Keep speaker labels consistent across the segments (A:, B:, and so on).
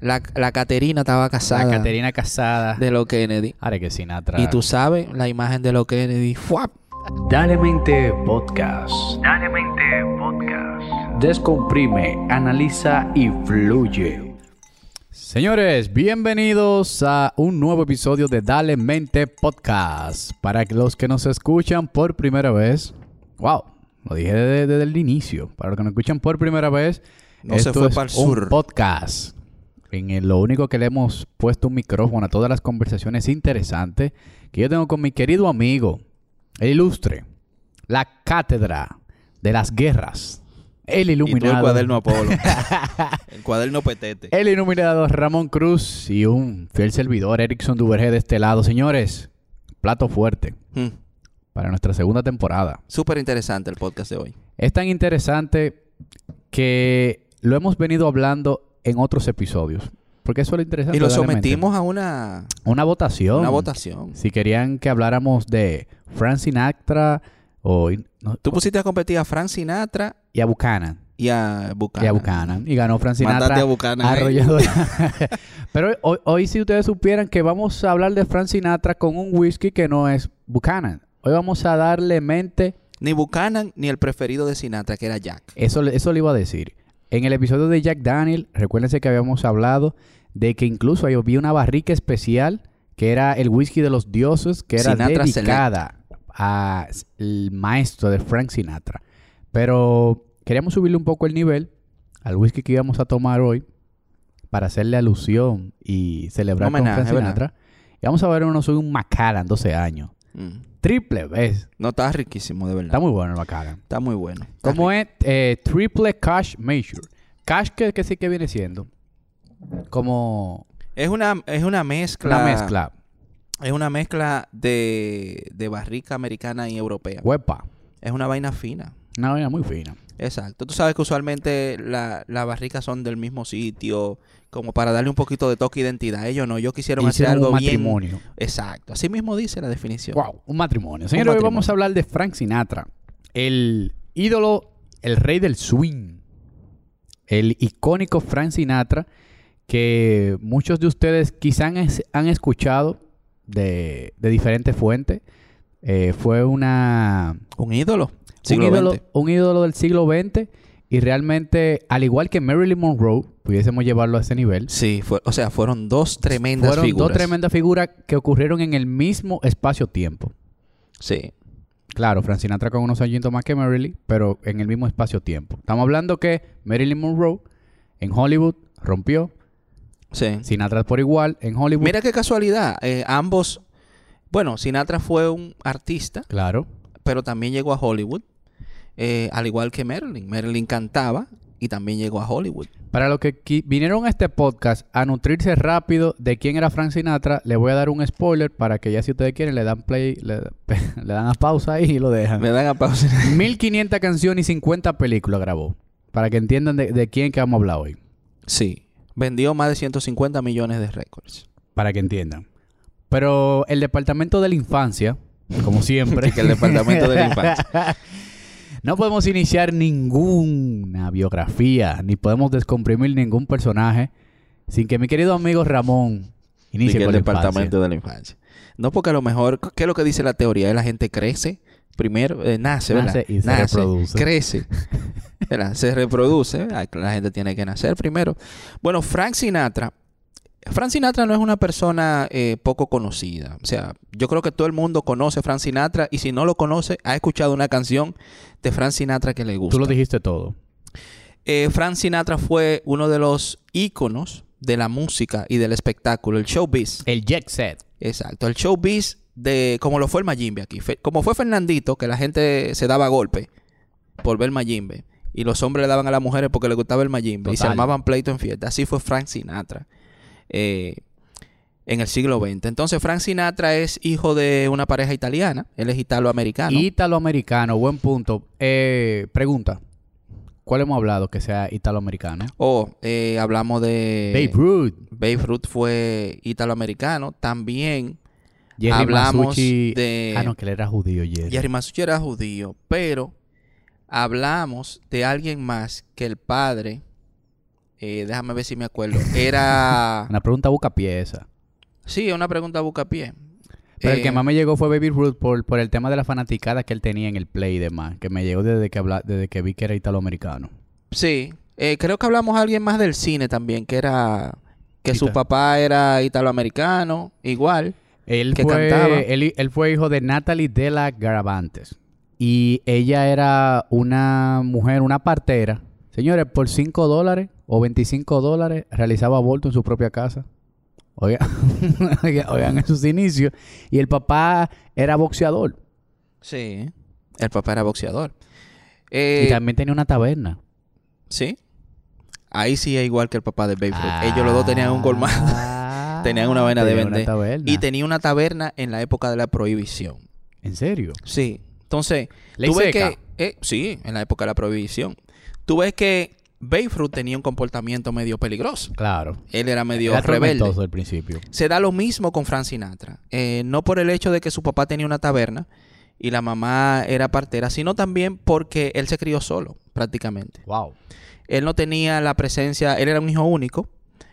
A: La, la Caterina estaba casada.
B: La Caterina casada.
A: De lo Kennedy.
B: Ahora que Sinatra.
A: Y tú sabes, la imagen de lo Kennedy. ¡Fuap!
C: Dale Mente Podcast.
D: Dale Mente Podcast.
C: Descomprime, analiza y fluye.
B: Señores, bienvenidos a un nuevo episodio de Dale Mente Podcast. Para los que nos escuchan por primera vez, wow, lo dije desde, desde el inicio. Para los que nos escuchan por primera vez,
E: No se fue pa'l sur.
B: un podcast. En el- lo único que le hemos puesto un micrófono a todas las conversaciones interesantes que yo tengo con mi querido amigo, el ilustre, la cátedra de las guerras, el
E: Y tú el
B: iluminado.
E: cuaderno Apolo. el cuaderno Petete.
B: El iluminado Ramón Cruz y un fiel servidor, Erickson Duvergé, de este lado. Señores, plato fuerte
E: Mm.
B: para nuestra segunda temporada.
E: Súper interesante el podcast de hoy.
B: Es tan interesante que lo hemos venido hablando en otros episodios. Porque eso es lo interesante.
E: Y lo
B: de Dale Mente.
E: sometimos a una,
B: a una votación.
E: una votación.
B: Si querían que habláramos de Frank Sinatra o, y- no,
E: Tú pusiste a competir a Frank Sinatra
B: y a Buchanan.
E: y a Buchanan.
B: Y a Buchanan. Y ganó Frank Sinatra.
E: Mátate a Buchanan, eh.
B: arrolladora. Pero hoy, hoy si ustedes supieran que vamos a hablar de Frank Sinatra con un whisky que no es Buchanan. Hoy vamos a darle mente...
E: Ni Buchanan ni el preferido de Sinatra, que era Jack.
B: Eso, le- eso le iba a decir. En el episodio de Jack Daniel, recuérdense que habíamos hablado de que incluso ahí vi una barrica especial que era el whisky de los dioses, que era
E: Sinatra Select.
B: dedicada al maestro de Frank Sinatra. Pero queríamos subirle un poco el nivel al whisky que íbamos a tomar hoy para hacerle alusión y celebrar
E: Homenaje,
B: con Frank
E: ¿verdad?
B: Sinatra. Y vamos a ver uno sobre un Macallan, 12 años.
A: Hmm.
E: Mm.
B: Triple vez.
E: No, está riquísimo, de verdad.
B: Está muy bueno el Macallan.
E: Está muy bueno. Está
B: ¿Cómo es? Eh, triple cash measure. Cash que, que sí que viene siendo. Como
E: rico. Es una, es una mezcla.
B: una mezcla.
E: Es una mezcla de, de barrica americana y europea.
B: Huepa.
E: Es una vaina fina.
B: Una vaina muy fina.
E: Exacto. Tú sabes que usualmente la- las barricas son del mismo sitio, como para darle un poquito de toque de identidad. Ellos no, ellos quisieron hacer
B: Hicieron
E: algo
B: un
E: bien-
B: matrimonio.
E: Exacto. Así mismo dice la definición.
B: Wow, un matrimonio. Señores, hoy vamos a hablar de Frank Sinatra. El ídolo, el rey del swing. El icónico Frank Sinatra que muchos de ustedes quizás han escuchado de, de diferentes fuentes. Eh, fue una...
E: Un ídolo.
B: un,
E: Siglo
B: ídolo,
E: XX.
B: un ídolo del siglo XX y realmente, al igual que Marilyn Monroe, pudiésemos llevarlo a ese nivel.
E: Sí, fue- o sea, fueron dos tremendas
B: fueron
E: figuras.
B: dos tremendas figuras que ocurrieron en el mismo espacio-tiempo.
E: Sí.
B: Claro, Frank Sinatra con unos añitos más que Marilyn, pero en el mismo espacio-tiempo. Estamos hablando que Marilyn Monroe en Hollywood rompió,
E: Sí.
B: Sinatra por igual en Hollywood.
E: Mira qué casualidad. eh, ambos. Bueno, Sinatra fue un artista,
B: Claro,
E: pero también llegó a Hollywood. eh, al igual que Marilyn. Marilyn cantaba y también llegó a Hollywood.
B: Para los que qui- vinieron a este podcast a nutrirse rápido de quién era Frank Sinatra, le voy a dar un spoiler para que ya si ustedes quieren le dan play, le, le dan a pausa ahí y lo dejan.
E: Me dan a pausa.
B: 1500 canciones y 50 películas grabó. Para que entiendan de, de quién que vamos a hablar hoy.
E: Sí. Vendió más de 150 millones de récords.
B: Para que entiendan. Pero el departamento de la infancia, como siempre,
E: Que el departamento de la infancia.
B: no podemos iniciar ninguna biografía, ni podemos descomprimir ningún personaje sin que mi querido amigo Ramón
E: Dije,
B: inicie
E: el
B: con la infancia.
E: departamento de la infancia. No, porque a lo mejor, ¿qué es lo que dice la teoría? Es La gente crece, primero, eh, nace, ¿verdad?
B: Nace y se reproduce.
E: Crece. ¿verdad? Se reproduce. ¿verdad? La gente tiene que nacer primero. Bueno, Frank Sinatra. Frank Sinatra no es una persona eh, poco conocida. O sea, yo creo que todo el mundo conoce a Frank Sinatra y si no lo conoce, ha escuchado una canción de Frank Sinatra que le gusta.
B: Tú lo dijiste todo.
E: Eh, Frank Sinatra fue uno de los íconos de la música y del espectáculo, el showbiz.
B: El jet set.
E: Exacto, el showbiz de como lo fue el Mayimbe aquí. Fe- como fue Fernandito, que la gente se daba golpe por ver Mayimbe. Y los hombres le daban a las mujeres porque les gustaba el Mayimbe. Y se
B: Total.
E: armaban pleito en fiesta. Así fue Frank Sinatra. eh, en el siglo XX. Entonces, Frank Sinatra es hijo de una pareja italiana. Él es
B: Ah,
E: italoamericano.
B: Italoamericano, buen punto. Eh, pregunta. ¿Cuál hemos hablado que sea italoamericano?
E: O eh, hablamos de.
B: Babe Ruth,
E: Babe Ruth fue italoamericano. También
B: Jerry
E: hablamos
B: Masucci.
E: de-
B: Ah, no, que él era judío, Jerry.
E: Jerry Masucci era judío, pero hablamos de alguien más que el padre eh, déjame ver si me acuerdo. Era.
B: Una pregunta busca pieza.
E: Sí, una pregunta bucapié.
B: Pero el
E: Eh,
B: que más me llegó fue Baby Ruth por, por el tema de la fanaticada que él tenía en el play y demás. Que me llegó desde que, habla- desde que vi que era italoamericano.
E: Sí. Eh, creo que hablamos a alguien más del cine también, que era. Que su
B: Ita-
E: papá era italoamericano, igual.
B: Él,
E: que cantaba.
B: fue, él, él fue hijo de Natalie de la Garavantes. Y ella era una mujer, una partera. Señores, por 5 dólares o 25 dólares realizaba aborto en su propia casa. Oiga- Oigan, en sus inicios. Y el papá era boxeador.
E: Sí. El papá era boxeador. Eh,
B: y también tenía una taberna.
E: sí. Ahí sí es igual que el papá de Babe Ruth. Ellos los dos tenían un colmado.
B: Ah,
E: Tenían una vaina de
B: Tenía
E: vender.
B: una taberna.
E: y tenía una taberna en la época de la prohibición.
B: ¿En serio?
E: Sí. Entonces,
B: Ley
E: tú ves
B: seca.
E: que. eh, sí, en la época de la prohibición. Tú ves que Babe Ruth tenía un comportamiento medio peligroso.
B: Claro.
E: Él era medio
B: Era
E: rebelde.
B: tormentoso al principio.
E: Se da lo mismo con Frank Sinatra. Eh, no por el hecho de que su papá tenía una taberna y la mamá era partera, sino también porque él se crió solo, prácticamente.
B: Wow.
E: Él no tenía la presencia, él era un hijo único.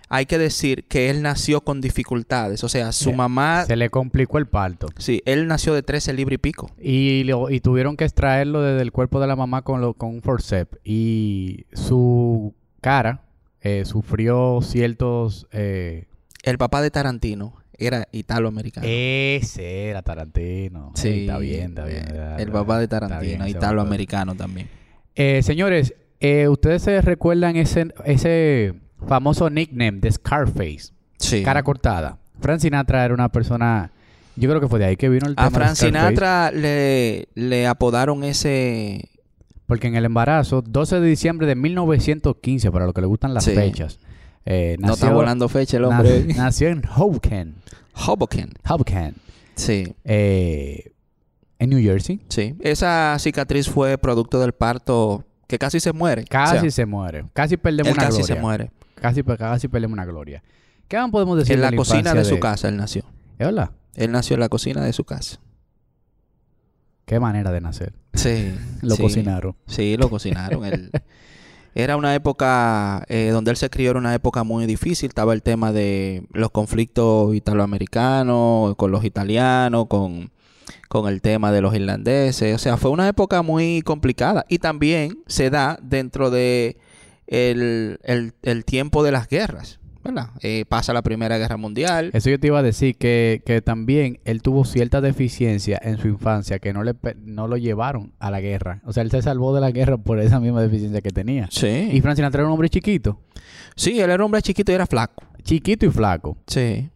E: Hay que decir que él nació con dificultades. O sea, su
B: Eh,
E: mamá.
B: Se le complicó el parto.
E: Sí, él nació de 13 libras y pico.
B: Y, lo- y tuvieron que extraerlo desde el cuerpo de la mamá con, lo, con un forceps. Y su cara eh, sufrió ciertos... eh,
E: El papá de Tarantino era italoamericano.
B: Ese era Tarantino. Ey, Eh, Está bien, está bien.
E: eh,
B: está-
E: El
B: está-
E: papá de
B: está
E: Tarantino,
B: bien ese papá.
E: italoamericano también.
B: Eh, señores, eh, ¿ustedes se recuerdan ese, ese famoso nickname de Scarface?
E: Sí.
B: Cara cortada. Frank Sinatra era una persona... Yo creo que fue de ahí que vino el tema
E: A
B: de
E: Frank
B: Scarface,
E: Sinatra le, le apodaron ese,
B: Porque en el embarazo, 12 de diciembre de 1915, para lo que le gustan las
E: Sí.
B: fechas, eh,
E: No está volando fecha el hombre.
B: na- nació en Hoboken,
E: Hoboken.
B: Hoboken
E: Sí,
B: eh, en New Jersey.
E: sí. Esa cicatriz fue producto del parto que casi se muere.
B: Casi
E: O sea,
B: se muere. Casi perdemos
E: él
B: una
E: casi
B: gloria.
E: se muere.
B: Casi, pe- casi perdemos una gloria. ¿Qué más podemos decir
E: En
B: de
E: la cocina
B: infancia
E: de su casa él nació.
B: ¿Eh, hola?
E: Él nació en la cocina de su casa.
B: Qué manera de nacer.
E: Sí.
B: Lo
E: sí.
B: cocinaron.
E: Sí, lo cocinaron. Él- era una época eh, donde él se crió, era una época muy difícil. Estaba el tema de los conflictos italoamericanos, con los italianos, con, con el tema de los irlandeses. O sea, fue una época muy complicada. Y también se da dentro de el, el- el tiempo de las guerras. ¿verdad? Eh, pasa la Primera Guerra Mundial.
B: Eso yo te iba a decir que, que también él tuvo cierta deficiencia en su infancia que no le pe- no lo llevaron a la guerra. O sea, él se salvó de la guerra por esa misma deficiencia que tenía. Y
E: Sí.
B: Frank Sinatra era un hombre chiquito,
E: Sí, él era un hombre chiquito y era flaco.
B: chiquito y flaco.
E: Sí.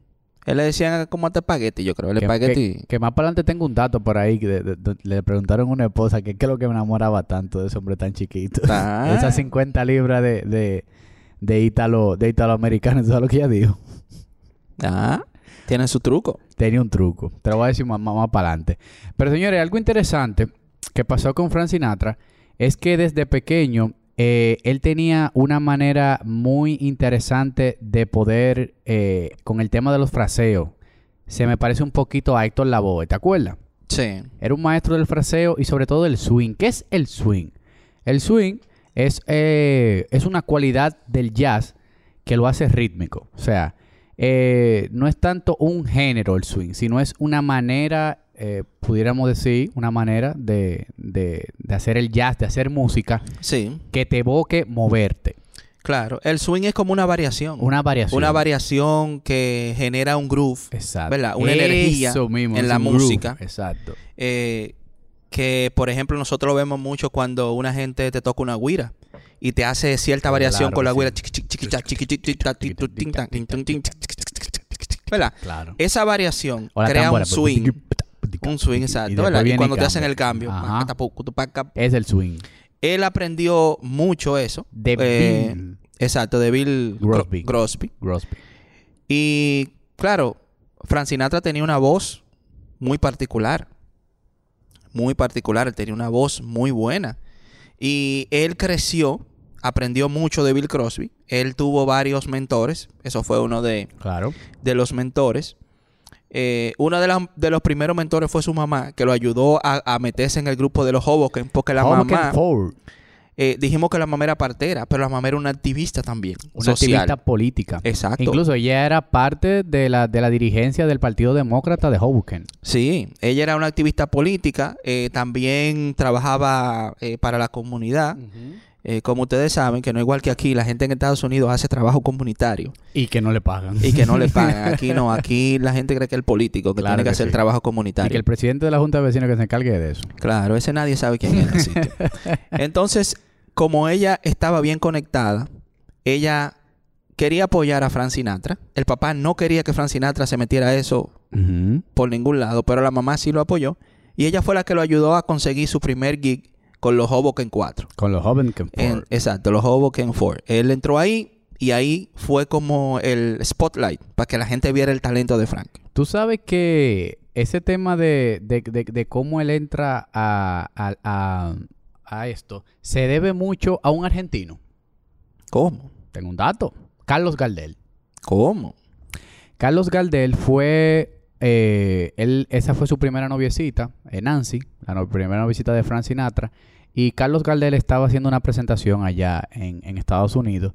E: Él le decían como hasta espagueti, yo creo. El
B: Que-
E: espagueti.
B: Que, que más para adelante tengo un dato por ahí que de- de- de- le preguntaron a una esposa que qué es lo que me enamoraba tanto de ese hombre tan chiquito.
E: Ah.
B: Esas 50 libras de, de, de ítalo, de italoamericano, ¿tú ¿sabes lo que ella dijo?
E: Ah, tiene su truco.
B: Tenía un truco. Te lo voy a decir más, más, para adelante. Pero señores, algo interesante que pasó con Frank Sinatra es que desde pequeño eh, él tenía una manera muy interesante de poder eh, con el tema de los fraseos. Se me parece un poquito a Héctor Lavoe, ¿te acuerdas?
E: Sí.
B: Era un maestro del fraseo y sobre todo del swing. ¿Qué es el swing? El swing es, eh, es una cualidad del jazz que lo hace rítmico. O sea, eh, no es tanto un género el swing, sino es una manera, eh, pudiéramos decir, una manera de, de- de hacer el jazz, de hacer música
E: Sí,
B: que te evoque moverte.
E: claro. El swing es como una variación.
B: Una variación.
E: Una variación que genera un groove
B: Exacto.
E: ¿verdad? Una energía
B: Eso mismo,
E: en
B: es
E: la
B: un groove.
E: música.
B: Exacto.
E: eh, que, por ejemplo, nosotros lo vemos mucho cuando una gente te toca una guira y te hace cierta variación
B: Claro
E: con la
B: que
E: guira.
B: sí.
E: ¿Verdad?
B: Claro.
E: Esa variación
B: O la
E: crea
B: tambora,
E: un
B: pues,
E: swing.
B: tiqui, tiqui,
E: Un swing,
B: tiqui,
E: exacto.
B: después
E: ¿verdad? Y
B: viene
E: cuando te hacen el cambio.
B: Ajá.
E: pacatapucu, tupaca,
B: Es el swing.
E: Él aprendió mucho eso.
B: De
E: Eh,
B: Bill
E: Exacto, de Bill Gro-
B: Crosby.
E: Crosby.
B: Crosby.
E: Y claro, Frank Sinatra tenía una voz muy particular. Muy particular, él tenía una voz muy buena. Y él creció, aprendió mucho de Bill Crosby. Él tuvo varios mentores. Eso fue uno de,
B: Claro.
E: de los mentores. Eh, uno de, las- de los primeros mentores fue su mamá, que lo ayudó a, a meterse en el grupo de los Hoboken, porque la
B: Hoboken
E: mamá
B: Four.
E: eh, dijimos que la mamá era partera, pero la mamá era una activista también.
B: Una
E: social.
B: activista política.
E: Exacto.
B: Incluso ella era parte de la, de la dirigencia del Partido Demócrata de Hoboken.
E: Sí, ella era una activista política, eh, también trabajaba eh, para la comunidad.
B: Mm.
E: Eh, como ustedes saben, que no igual que aquí, la gente en Estados Unidos hace trabajo comunitario
B: Y que no le pagan.
E: y que no le pagan. Aquí no, aquí la gente cree que el político que
B: Claro
E: tiene que,
B: que
E: hacer
B: sí.
E: trabajo
B: Y que
E: comunitario.
B: el presidente de la Junta de Vecinos que se encargue de eso.
E: Claro, ese nadie sabe quién es. así que. Entonces, como ella estaba bien conectada, ella quería apoyar a Frank Sinatra. El papá no quería que Frank Sinatra se metiera a eso por ningún lado, pero la mamá sí lo apoyó. Y ella fue la que lo ayudó a conseguir su primer gig con los Hoboken 4.
B: Con los jóvenes que
E: En- exacto, los Hoboken 4. Él entró ahí y ahí fue como el spotlight para que la gente viera el talento de Frank.
B: Tú sabes que ese tema de, de- de- de cómo él entra a, a- a- a esto se debe mucho a un argentino.
E: ¿Cómo?
B: Tengo un dato. Carlos Gardel.
E: ¿Cómo?
B: Carlos Gardel fue. eh, él, esa fue su primera noviecita, eh, Nancy, la no- primera noviecita de Frank Sinatra. Y Carlos Gardel estaba haciendo una presentación allá en, en Estados Unidos.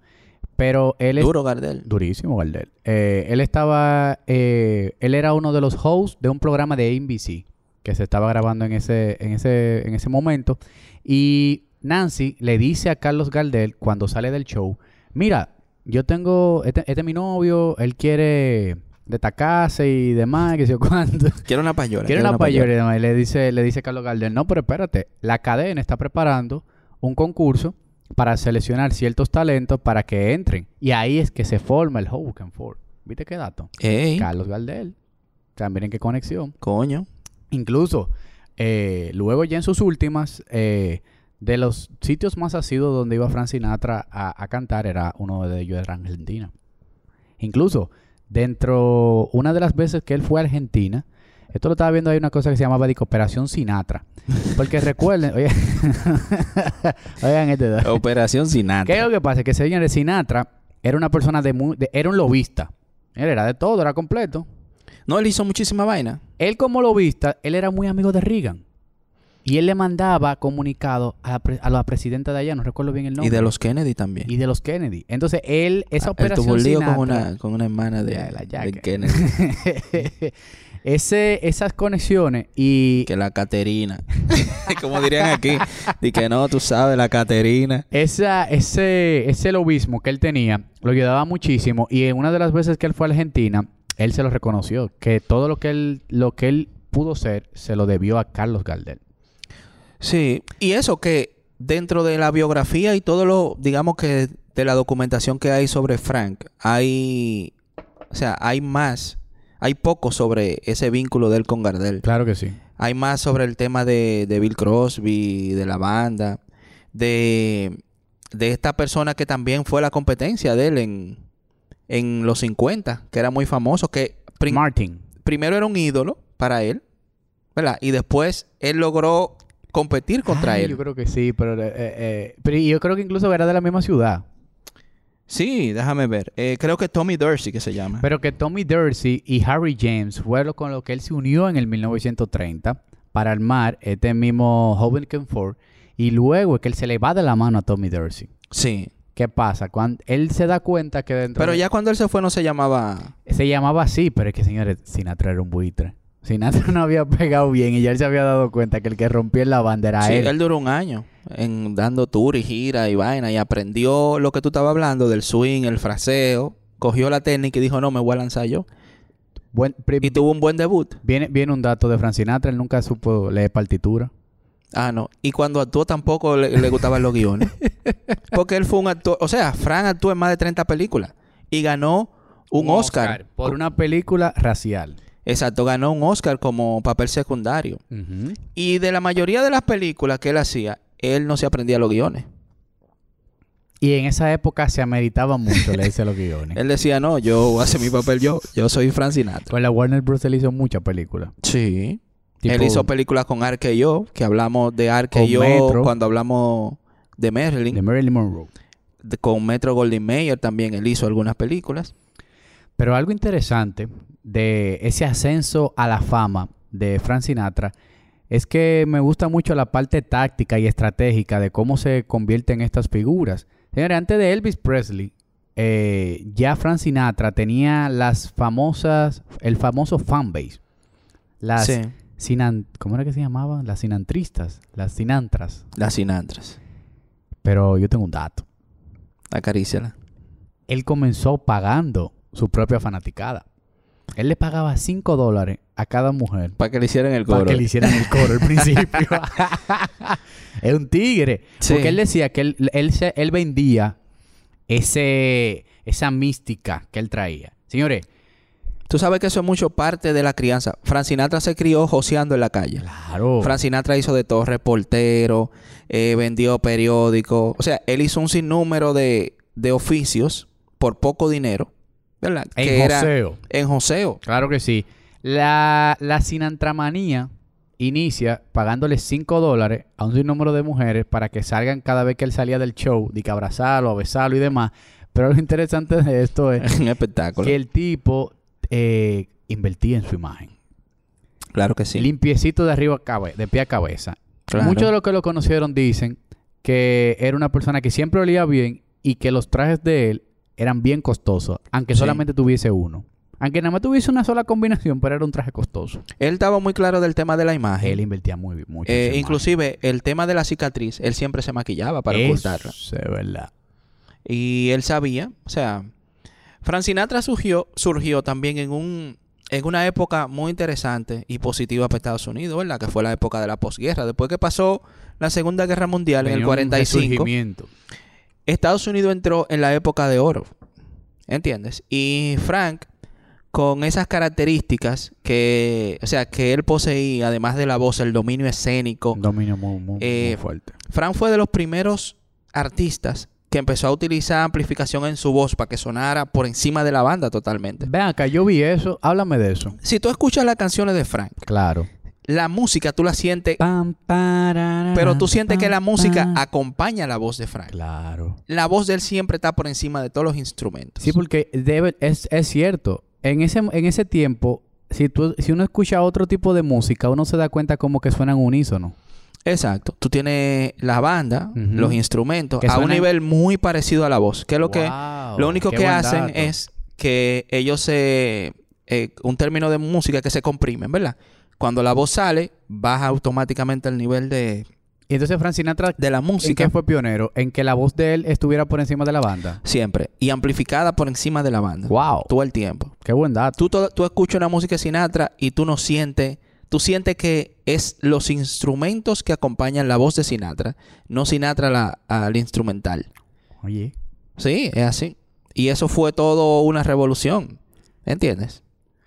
B: Pero él es
E: Duro Gardel.
B: durísimo, Gardel. Eh, él estaba. eh, él era uno de los hosts de un programa de NBC que se estaba grabando en ese, en ese, en ese momento. Y Nancy le dice a Carlos Gardel cuando sale del show: Mira, yo tengo. Este, este es mi novio, él quiere destacarse y demás, que sé yo cuánto.
E: Quiero una payola.
B: Quiere una payola y demás. Y le dice, le dice Carlos Gardel, no, pero espérate, la cadena está preparando un concurso para seleccionar ciertos talentos para que entren. Y ahí es que se forma el Hoboken Ford. ¿Viste qué dato?
E: Ey,
B: Carlos Gardel. O sea, miren qué conexión.
E: coño.
B: Incluso, eh, luego ya en sus últimas, eh, de los sitios más asiduos donde iba Frank Sinatra a, a cantar, era uno de ellos era Argentina. Incluso, dentro, una de las veces que él fue a Argentina, esto lo estaba viendo ahí una cosa que se llamaba de Operación Sinatra. Porque recuerden, oye, oigan este dato.
E: Operación Sinatra.
B: ¿Qué es lo que pasa? Que ese señor Sinatra era una persona de, mu- de- era un lobista. Él era de todo, era completo.
E: No, él hizo muchísima vaina.
B: Él como lobista, él era muy amigo de Reagan. Y él le mandaba comunicados a la, pre- a la presidenta de allá, no recuerdo bien el nombre.
E: Y de los Kennedy también.
B: y de los Kennedy. Entonces, él, esa
E: Ah, él
B: operación
E: tuvo un lío
B: Sinatra,
E: con una, con una hermana de,
B: Ya, la yaca.
E: de Kennedy,
B: ese, esas conexiones y
E: que la Caterina. Como dirían aquí. Y que no, tú sabes, la Caterina.
B: esa, ese, ese lobismo que él tenía lo ayudaba muchísimo. Y en una de las veces que él fue a Argentina, él se lo reconoció. Que todo lo que él, lo que él pudo ser, se lo debió a Carlos Gardel.
E: Sí, y eso que dentro de la biografía y todo lo, digamos que de la documentación que hay sobre Frank, hay, o sea, hay más, hay poco sobre ese vínculo de él con Gardel.
B: Claro que sí.
E: Hay más sobre el tema de, de Bill Crosby, de la banda, de, de esta persona que también fue la competencia de él en, en los 50, que era muy famoso, que prim-
B: Martin.
E: primero era un ídolo para él, ¿verdad? Y después él logró competir contra
B: Ay,
E: él.
B: Yo creo que sí, pero, eh, eh, pero yo creo que incluso era de la misma ciudad.
E: Sí, déjame ver. Eh, creo que Tommy Dorsey que se llama.
B: Pero que Tommy Dorsey y Harry James fueron con lo que él se unió en el 1930 para armar este mismo Hoboken Ford. Y luego es que él se le va de la mano a Tommy Dorsey.
E: sí.
B: ¿Qué pasa? Cuando él se da cuenta que dentro
E: Pero
B: de-
E: ya cuando él se fue no se llamaba...
B: se llamaba así, pero es que señores, Sinatra era un buitre. Sinatra no había pegado bien y ya él se había dado cuenta que el que rompía en la banda era
E: Sí,
B: él.
E: él duró un año en dando tour y gira y vaina y aprendió lo que tú estabas hablando del swing, el fraseo. Cogió la técnica y dijo, no, me voy a lanzar yo.
B: Buen- pri-
E: Y tuvo un buen debut.
B: viene, viene un dato de Frank Sinatra, él nunca supo leer partitura.
E: Ah, no. Y cuando actuó tampoco le, le gustaban los guiones. Porque él fue un actor... O sea, Fran actuó en más de 30 películas. Y ganó un, Oscar.
B: Por una película racial.
E: Exacto, ganó un Oscar como papel secundario. Y de la mayoría de las películas que él hacía, él no se aprendía los guiones.
B: Y en esa época se ameritaba mucho leerse los guiones.
E: Él decía, no, yo voy a hacer mi papel yo. Yo soy Frank Sinatra.
B: Con la Warner Bros. él hizo muchas películas.
E: Sí. él
B: Tipo-
E: hizo películas con yo que hablamos de
B: Con
E: yo
B: Metro.
E: cuando hablamos de Merlin.
B: de Marilyn Monroe.
E: De- con Metro Golden Mayer también él hizo algunas películas.
B: Pero algo interesante de ese ascenso a la fama de Frank Sinatra es que me gusta mucho la parte táctica y estratégica de cómo se convierten estas figuras. Señores, antes de Elvis Presley, eh, ya Frank Sinatra tenía las famosas, el famoso fanbase. Las
E: Sí.
B: sinan- ¿cómo era que se llamaban? Las sinantristas, las sinantras.
E: Las sinantras.
B: Pero yo tengo un dato.
E: Acaríciala.
B: Él comenzó pagando su propia fanaticada. Él le pagaba 5 dólares a cada mujer
E: Para que le hicieran el
B: para
E: coro.
B: que le hicieran el coro al principio. es un tigre.
E: Sí.
B: Porque él decía que él, él, se- él vendía ese, esa mística que él traía. Señores,
E: Tú sabes que eso es mucho parte de la crianza. Frank Sinatra se crió joseando en la calle.
B: claro.
E: Frank Sinatra hizo de todo, reportero, eh, vendió periódicos. O sea, él hizo un sinnúmero de, de oficios por poco dinero, ¿verdad?
B: En
E: que era
B: joseo.
E: en joseo.
B: Claro que sí. La, la sinantramanía inicia pagándole 5 dólares a un sinnúmero de mujeres para que salgan cada vez que él salía del show, de que abrazarlo, a besarlo y demás. Pero lo interesante de esto es
E: un espectáculo.
B: que el tipo eh, invertía en su imagen.
E: Claro que sí.
B: Limpiecito de arriba a cabe- de pie a cabeza.
E: Claro.
B: Muchos de los que lo conocieron dicen que era una persona que siempre olía bien y que los trajes de él eran bien costosos, aunque
E: Sí.
B: solamente tuviese uno. Aunque nada más tuviese una sola combinación, pero era un traje costoso.
E: Él estaba muy claro del tema de la imagen.
B: Él invertía muy bien, mucho.
E: Eh,
B: en su imagen.
E: inclusive, el tema de la cicatriz, él siempre se maquillaba para
B: Eso
E: ocultarla.
B: Es verdad.
E: Y él sabía, o sea, Frank Sinatra surgió, surgió también en, un, en una época muy interesante y positiva para Estados Unidos, ¿verdad? Que fue la época de la posguerra. Después que pasó la Segunda Guerra Mundial en
B: Tenía
E: el
B: un
E: 45,
B: resurgimiento.
E: Estados Unidos entró en la época de oro, ¿entiendes? Y Frank, con esas características que, o sea, que él poseía, además de la voz, el dominio escénico,
B: Un dominio muy, muy- muy
E: oh, Eh,
B: fuerte.
E: Frank fue de los primeros artistas que empezó a utilizar amplificación en su voz para que sonara por encima de la banda totalmente.
B: Ven acá, yo vi eso. Háblame de eso.
E: Si tú escuchas las canciones de Frank,
B: Claro.
E: la música tú la sientes, pero tú sientes que la música acompaña la voz de Frank.
B: Claro.
E: La voz de él siempre está por encima de todos los instrumentos.
B: Sí, porque debe, es, es cierto. En ese, en ese tiempo, si, tú, si uno escucha otro tipo de música, uno se da cuenta como que suenan unísono.
E: Exacto. Tú tienes la banda,
B: Ujú.
E: los instrumentos,
B: Que
E: a un
B: suenan-
E: nivel muy parecido a la voz. Que es lo que
B: Wow,
E: Lo único
B: qué
E: que
B: buen
E: hacen
B: dato.
E: es que ellos se... eh, un término de música que se comprimen, ¿verdad? Cuando la voz sale, baja automáticamente el nivel de,
B: Y entonces Frank Sinatra,
E: de la
B: ¿en
E: música
B: qué fue pionero? En que la voz de él estuviera por encima de la banda.
E: siempre. Y amplificada por encima de la banda.
B: ¡Wow!
E: Todo el tiempo.
B: ¡Qué buen dato!
E: Tú, to- tú escuchas una música de Sinatra y tú no sientes... Tú sientes que es los instrumentos que acompañan la voz de Sinatra, no Sinatra la- al instrumental.
B: Oye,
E: Sí, es así. Y eso fue todo una revolución. ¿Entiendes?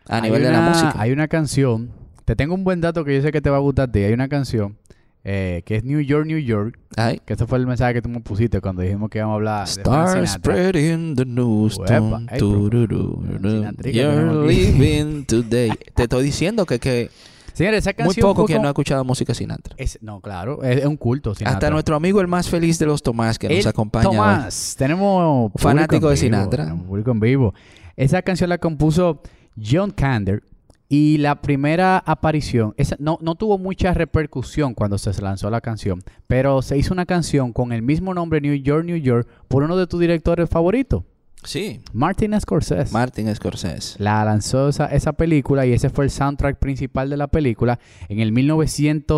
E: A
B: hay
E: nivel de la
B: una-
E: música.
B: Hay una canción. Te tengo un buen dato que yo sé que te va a gustar a ti. Hay una canción eh, que es New York, New York.
E: Ay.
B: Que ese fue el mensaje que tú me pusiste cuando dijimos que íbamos a hablar de Frank
E: Stars
B: Sinatra.
E: spreading the news.
B: Uepa,
E: Tum,
B: ey,
E: tururú,
B: pero-
E: tururú.
B: Sinatrica
E: You're
B: tenemos aquí.
E: living today. Te estoy diciendo que, que
B: Señores, esa
E: muy
B: canción
E: poco
B: fue
E: quien
B: como-
E: no ha escuchado música Sinatra.
B: Es- no, claro, es, es un culto. Sinatra.
E: Hasta nuestro amigo el más feliz de los Tomás que nos
B: El
E: acompaña. hoy.
B: Tomás, tenemos público
E: Fanático
B: en
E: de
B: vivo,
E: Sinatra.
B: tenemos Público en vivo. Esa canción la compuso John Kander y la primera aparición, esa, no, no tuvo mucha repercusión cuando se lanzó la canción, pero se hizo una canción con el mismo nombre New York, New York por uno de tus directores favoritos,
E: Sí,
B: Martin Scorsese.
E: Martin Scorsese.
B: la lanzó esa, esa película y ese fue el soundtrack principal de la película en el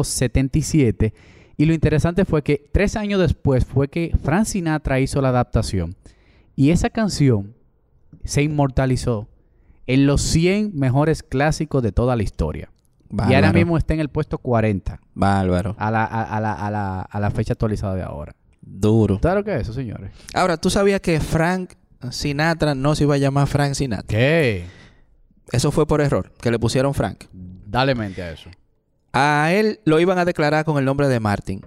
B: 1977. Y lo interesante fue que tres años después fue que Frank Sinatra hizo la adaptación. Y esa canción se inmortalizó en los 100 mejores clásicos de toda la historia. Y ahora
E: Bárbaro.
B: mismo está en el puesto 40
E: Bárbaro.
B: a la, a- a la- a la- a la fecha actualizada de ahora.
E: Duro.
B: Claro que eso, señores.
E: Ahora, ¿tú sabías que Frank Sinatra no se iba a llamar Frank Sinatra?
B: ¿Qué?
E: Eso fue por error, que le pusieron Frank.
B: Dale mente a eso.
E: A él lo iban a declarar con el nombre de Martin,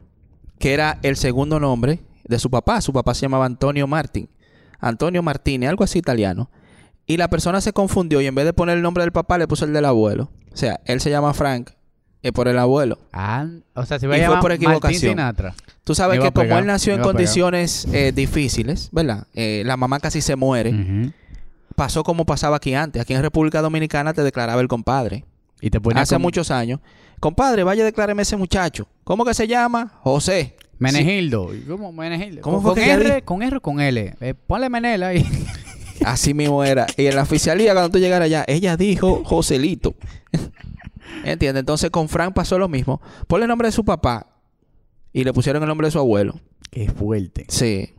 E: que era el segundo nombre de su papá. Su papá se llamaba Antonio Martin. Antonio Martínez, algo así italiano. Y la persona se confundió y en vez de poner el nombre del papá le puso el del abuelo. O sea, él se llama Frank eh, por el abuelo.
B: Ah, o sea, se va a
E: Y fue
B: llamar
E: por
B: Martín
E: equivocación.
B: Sinatra.
E: Tú sabes
B: Me
E: que
B: va a
E: como
B: pegar,
E: él nació
B: me
E: en
B: va a pegar.
E: condiciones eh, difíciles, ¿verdad? Eh, la mamá casi se muere.
B: Ujú.
E: Pasó como pasaba aquí antes. Aquí en República Dominicana te declaraba el compadre.
B: Y Y te ponía
E: hace
B: como-
E: muchos años. Compadre, vaya, decláreme ese muchacho. ¿Cómo que se llama? José.
B: Menegildo. ¿Y ¿Cómo Menegildo?
E: ¿Cómo
B: con,
E: fue
B: con
E: que
B: R,
E: ella
B: con R o con L. Eh, ponle Menela ahí.
E: Sí, así mismo era. Y en la oficialía, cuando tú llegaras allá, ella dijo Joselito. ¿Entiendes? Entonces con Frank pasó lo mismo. Ponle el nombre de su papá y le pusieron el nombre de su abuelo.
B: Qué fuerte.
E: Sí.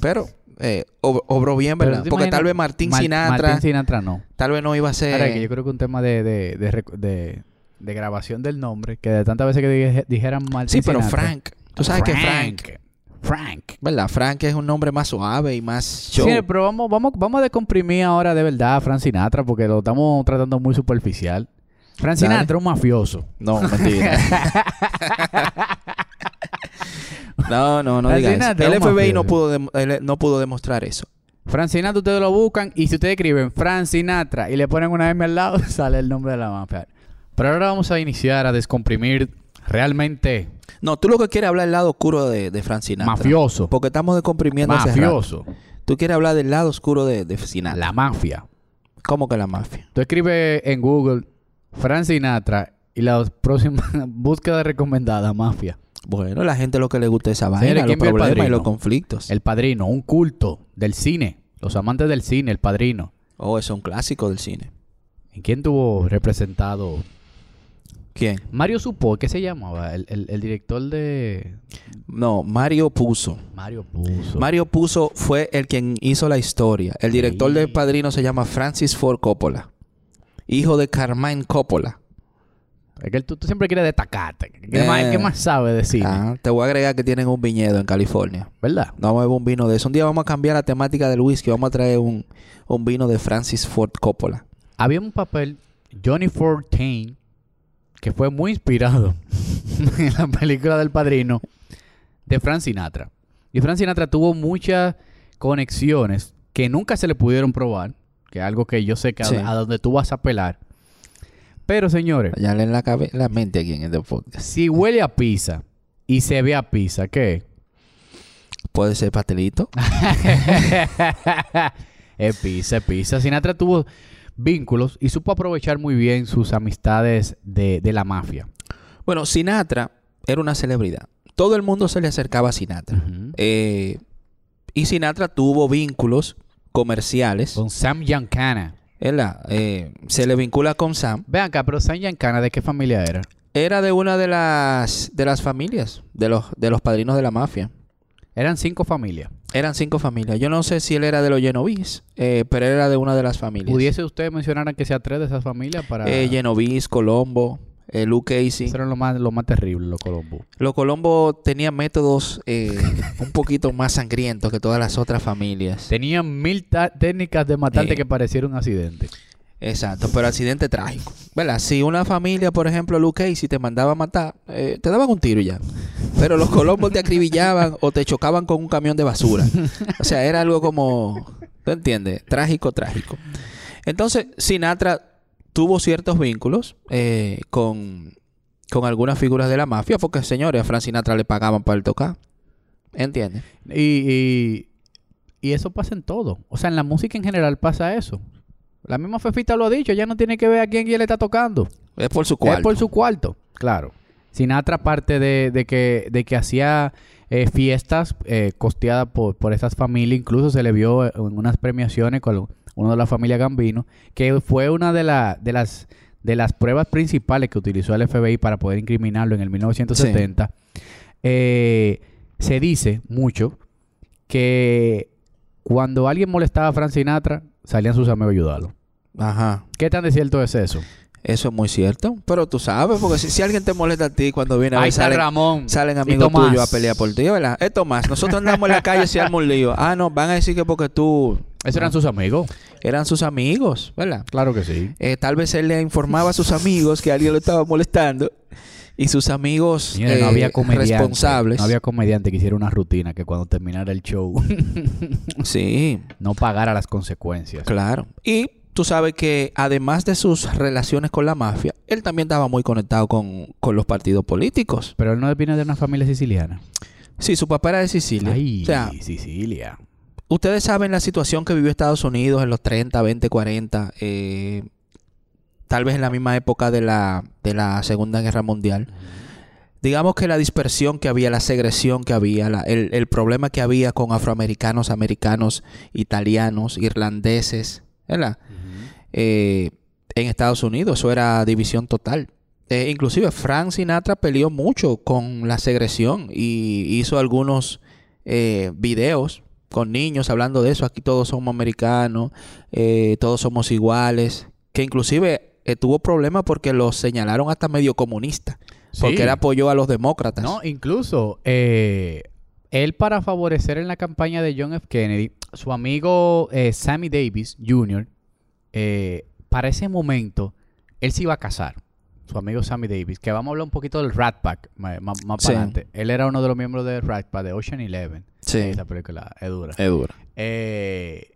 E: Pero eh, ob- obró bien,
B: Pero
E: ¿verdad?
B: tú te
E: Porque tal
B: imaginas-
E: vez Martín
B: Mar-
E: Sinatra, Eh.
B: Martín Sinatra no.
E: tal vez no iba a ser...
B: Ahora que yo creo que un tema de, de, de, rec- de- de grabación del nombre, que de tantas veces que dije- dijeran mal.
E: Sí, pero Frank. Tú sabes que Frank...
B: Frank.
E: ¿Verdad? Frank es un nombre más suave y más
B: Sí,
E: show.
B: pero vamos, vamos, vamos a descomprimir ahora de verdad a Frank Sinatra porque lo estamos tratando muy superficial. Frank
E: Dale.
B: Sinatra es un mafioso.
E: No, mentira. no, no, no
B: Al
E: digas
B: final
E: eso.
B: te
E: El
B: vamos a
E: FBI no
B: perder.
E: pudo, dem- el- eh, no pudo demostrar eso.
B: Frank Sinatra, ustedes lo buscan y si ustedes escriben Frank Sinatra y le ponen una M al lado, sale el nombre de la mafia. Pero ahora vamos a iniciar a descomprimir realmente
E: No, tú lo que quieres hablar del lado oscuro de, de Frank Sinatra.
B: mafioso.
E: Porque estamos descomprimiendo ese rato.
B: Mafioso.
E: Tú quieres hablar del lado oscuro de, de Sinatra.
B: La mafia.
E: ¿Cómo que la mafia?
B: Tú escribes en Google Frank Sinatra y la próxima búsqueda recomendada, mafia.
E: Bueno, la gente lo que le gusta es esa
B: Señores,
E: vaina, los
B: ¿quién vio El
E: problemas y
B: Padrino?
E: los conflictos.
B: El Padrino, un culto del cine. Los amantes del cine, El Padrino.
E: Oh, eso es un clásico del cine.
B: ¿En quién tuvo representado?
E: ¿Quién?
B: Mario Supo, ¿qué se llamaba? El, el- el director de
E: No, Mario Puzo.
B: Mario Puzo.
E: Mario Puzo fue el quien hizo la historia. El director
B: Sí.
E: del Padrino se llama Francis Ford Coppola, hijo de Carmine Coppola.
B: Es que tú, tú siempre quieres destacarte. ¿Qué,
E: Eh.
B: más, qué más sabe de cine?
E: Ah, te voy a agregar que tienen un viñedo en California.
B: ¿Verdad?
E: Vamos a beber un vino de eso. Un día vamos a cambiar la temática del whisky. Vamos a traer un, un vino de Francis Ford Coppola.
B: Había un papel, Johnny Fortain, que fue muy inspirado en la película del padrino de Frank Sinatra. Y Frank Sinatra tuvo muchas conexiones que nunca se le pudieron probar, que es algo que yo sé que a-
E: Sí.
B: a, donde tú vas a apelar. Pero señores,
E: Ya en la, cabe- la mente aquí en este podcast.
B: si huele a pizza y se ve a pizza, ¿qué?
E: Puede ser pastelito.
B: es pizza, es pizza. Sinatra tuvo vínculos y supo aprovechar muy bien sus amistades de, de la mafia.
E: Bueno, Sinatra era una celebridad. Todo el mundo se le acercaba a Sinatra.
B: Ujú.
E: Eh, y Sinatra tuvo vínculos comerciales.
B: Con Sam Giancana.
E: ¿verdad? Eh, se le vincula con Sam.
B: Vean acá, pero Sam Giancana, ¿de qué familia era?
E: Era de una de las, de las familias, de los, de los padrinos de la mafia.
B: Eran cinco familias.
E: Eran cinco familias. Yo no sé si él era de los Genovis, eh, pero era de una de las familias.
B: ¿Pudiese usted mencionar a que sea tres de esas familias para...?
E: Eh, Genovis, Colombo, eh, Luke Casey.
B: Eso era lo más, lo más terrible, los Colombo.
E: Los Colombo tenían métodos eh, un poquito más sangrientos que todas las otras familias.
B: Tenían mil ta- técnicas de matarte
E: Eh.
B: que pareciera un accidente.
E: Exacto, pero accidente trágico. ¿Verdad? Si una familia, por ejemplo, Luke Casey te mandaba a matar, eh, te daban un tiro y ya. Pero los colombos te acribillaban o te chocaban con un camión de basura. O sea, era algo como, ¿tú entiendes? Trágico, trágico. Entonces, Sinatra tuvo ciertos vínculos eh, con, con algunas figuras de la mafia, porque señores, a Frank Sinatra le pagaban para el tocar. ¿Entiendes?
B: Y, y, y eso pasa en todo. O sea, en la música en general pasa eso. La misma Fefita lo ha dicho, ya no tiene que ver a quién, quién le está tocando.
E: Es por su cuarto.
B: Es por su cuarto, claro. Sinatra, aparte de, de que, de que hacía eh, fiestas eh, costeadas por, por estas familias, incluso se le vio eh, en unas premiaciones con uno de la familia Gambino, que fue una de, la- de las, de las pruebas principales que utilizó el FBI para poder incriminarlo en el 1970. Eh, se dice mucho que cuando alguien molestaba a Frank Sinatra, salían sus amigos a ayudarlo.
E: Ajá.
B: ¿Qué tan de cierto es eso?
E: Eso es muy cierto. Pero tú sabes, porque si, si alguien te molesta a ti cuando viene a
B: Ahí
E: ver,
B: está
E: salen,
B: Ramón.
E: salen
B: y
E: amigos
B: Tomás.
E: tuyos a pelear por ti, ¿verdad? Es Tomás. Nosotros andamos en la calle y se arma un lío. Ah, no, van a decir que porque tú
B: Esos eran sus amigos.
E: eran sus amigos, ¿verdad?
B: Claro que sí.
E: Eh, tal vez él le informaba a sus amigos que alguien lo estaba molestando y sus amigos eh,
B: no había comediante.
E: responsables.
B: No había comediante que hiciera una rutina que cuando terminara el show
E: Sí,
B: no pagara las consecuencias.
E: claro. Y tú sabes que además de sus relaciones con la mafia, él también estaba muy conectado con, con los partidos políticos.
B: Pero él no viene de una familia siciliana.
E: Sí, su papá era de Sicilia.
B: Ay,
E: o sea,
B: Sicilia.
E: Ustedes saben la situación que vivió Estados Unidos en los 30, 20, 40. eh, tal vez en la misma época de la, de la Segunda Guerra Mundial. Digamos que la dispersión que había, la segregación que había, la- el, el problema que había con afroamericanos, americanos, italianos, irlandeses, ¿verdad? Eh, en Estados Unidos, eso era división total. Eh, inclusive Frank Sinatra peleó mucho con la segregación y hizo algunos eh, videos con niños hablando de eso. Aquí todos somos americanos, eh, todos somos iguales. Que inclusive eh, tuvo problemas porque lo señalaron hasta medio comunista. Porque
B: Sí.
E: él apoyó a los demócratas.
B: No, incluso eh, él para favorecer en la campaña de John F. Kennedy, su amigo eh, Sammy Davis Jr., eh, para ese momento, él se iba a casar. Su amigo Sammy Davis, que vamos a hablar un poquito del Rat Pack ma- ma- más,
E: Sí.
B: para adelante. Él era uno de los miembros del Rat Pack, de Ocean Eleven.
E: sí.
B: Esa película es dura.
E: Es duro.
B: Eh,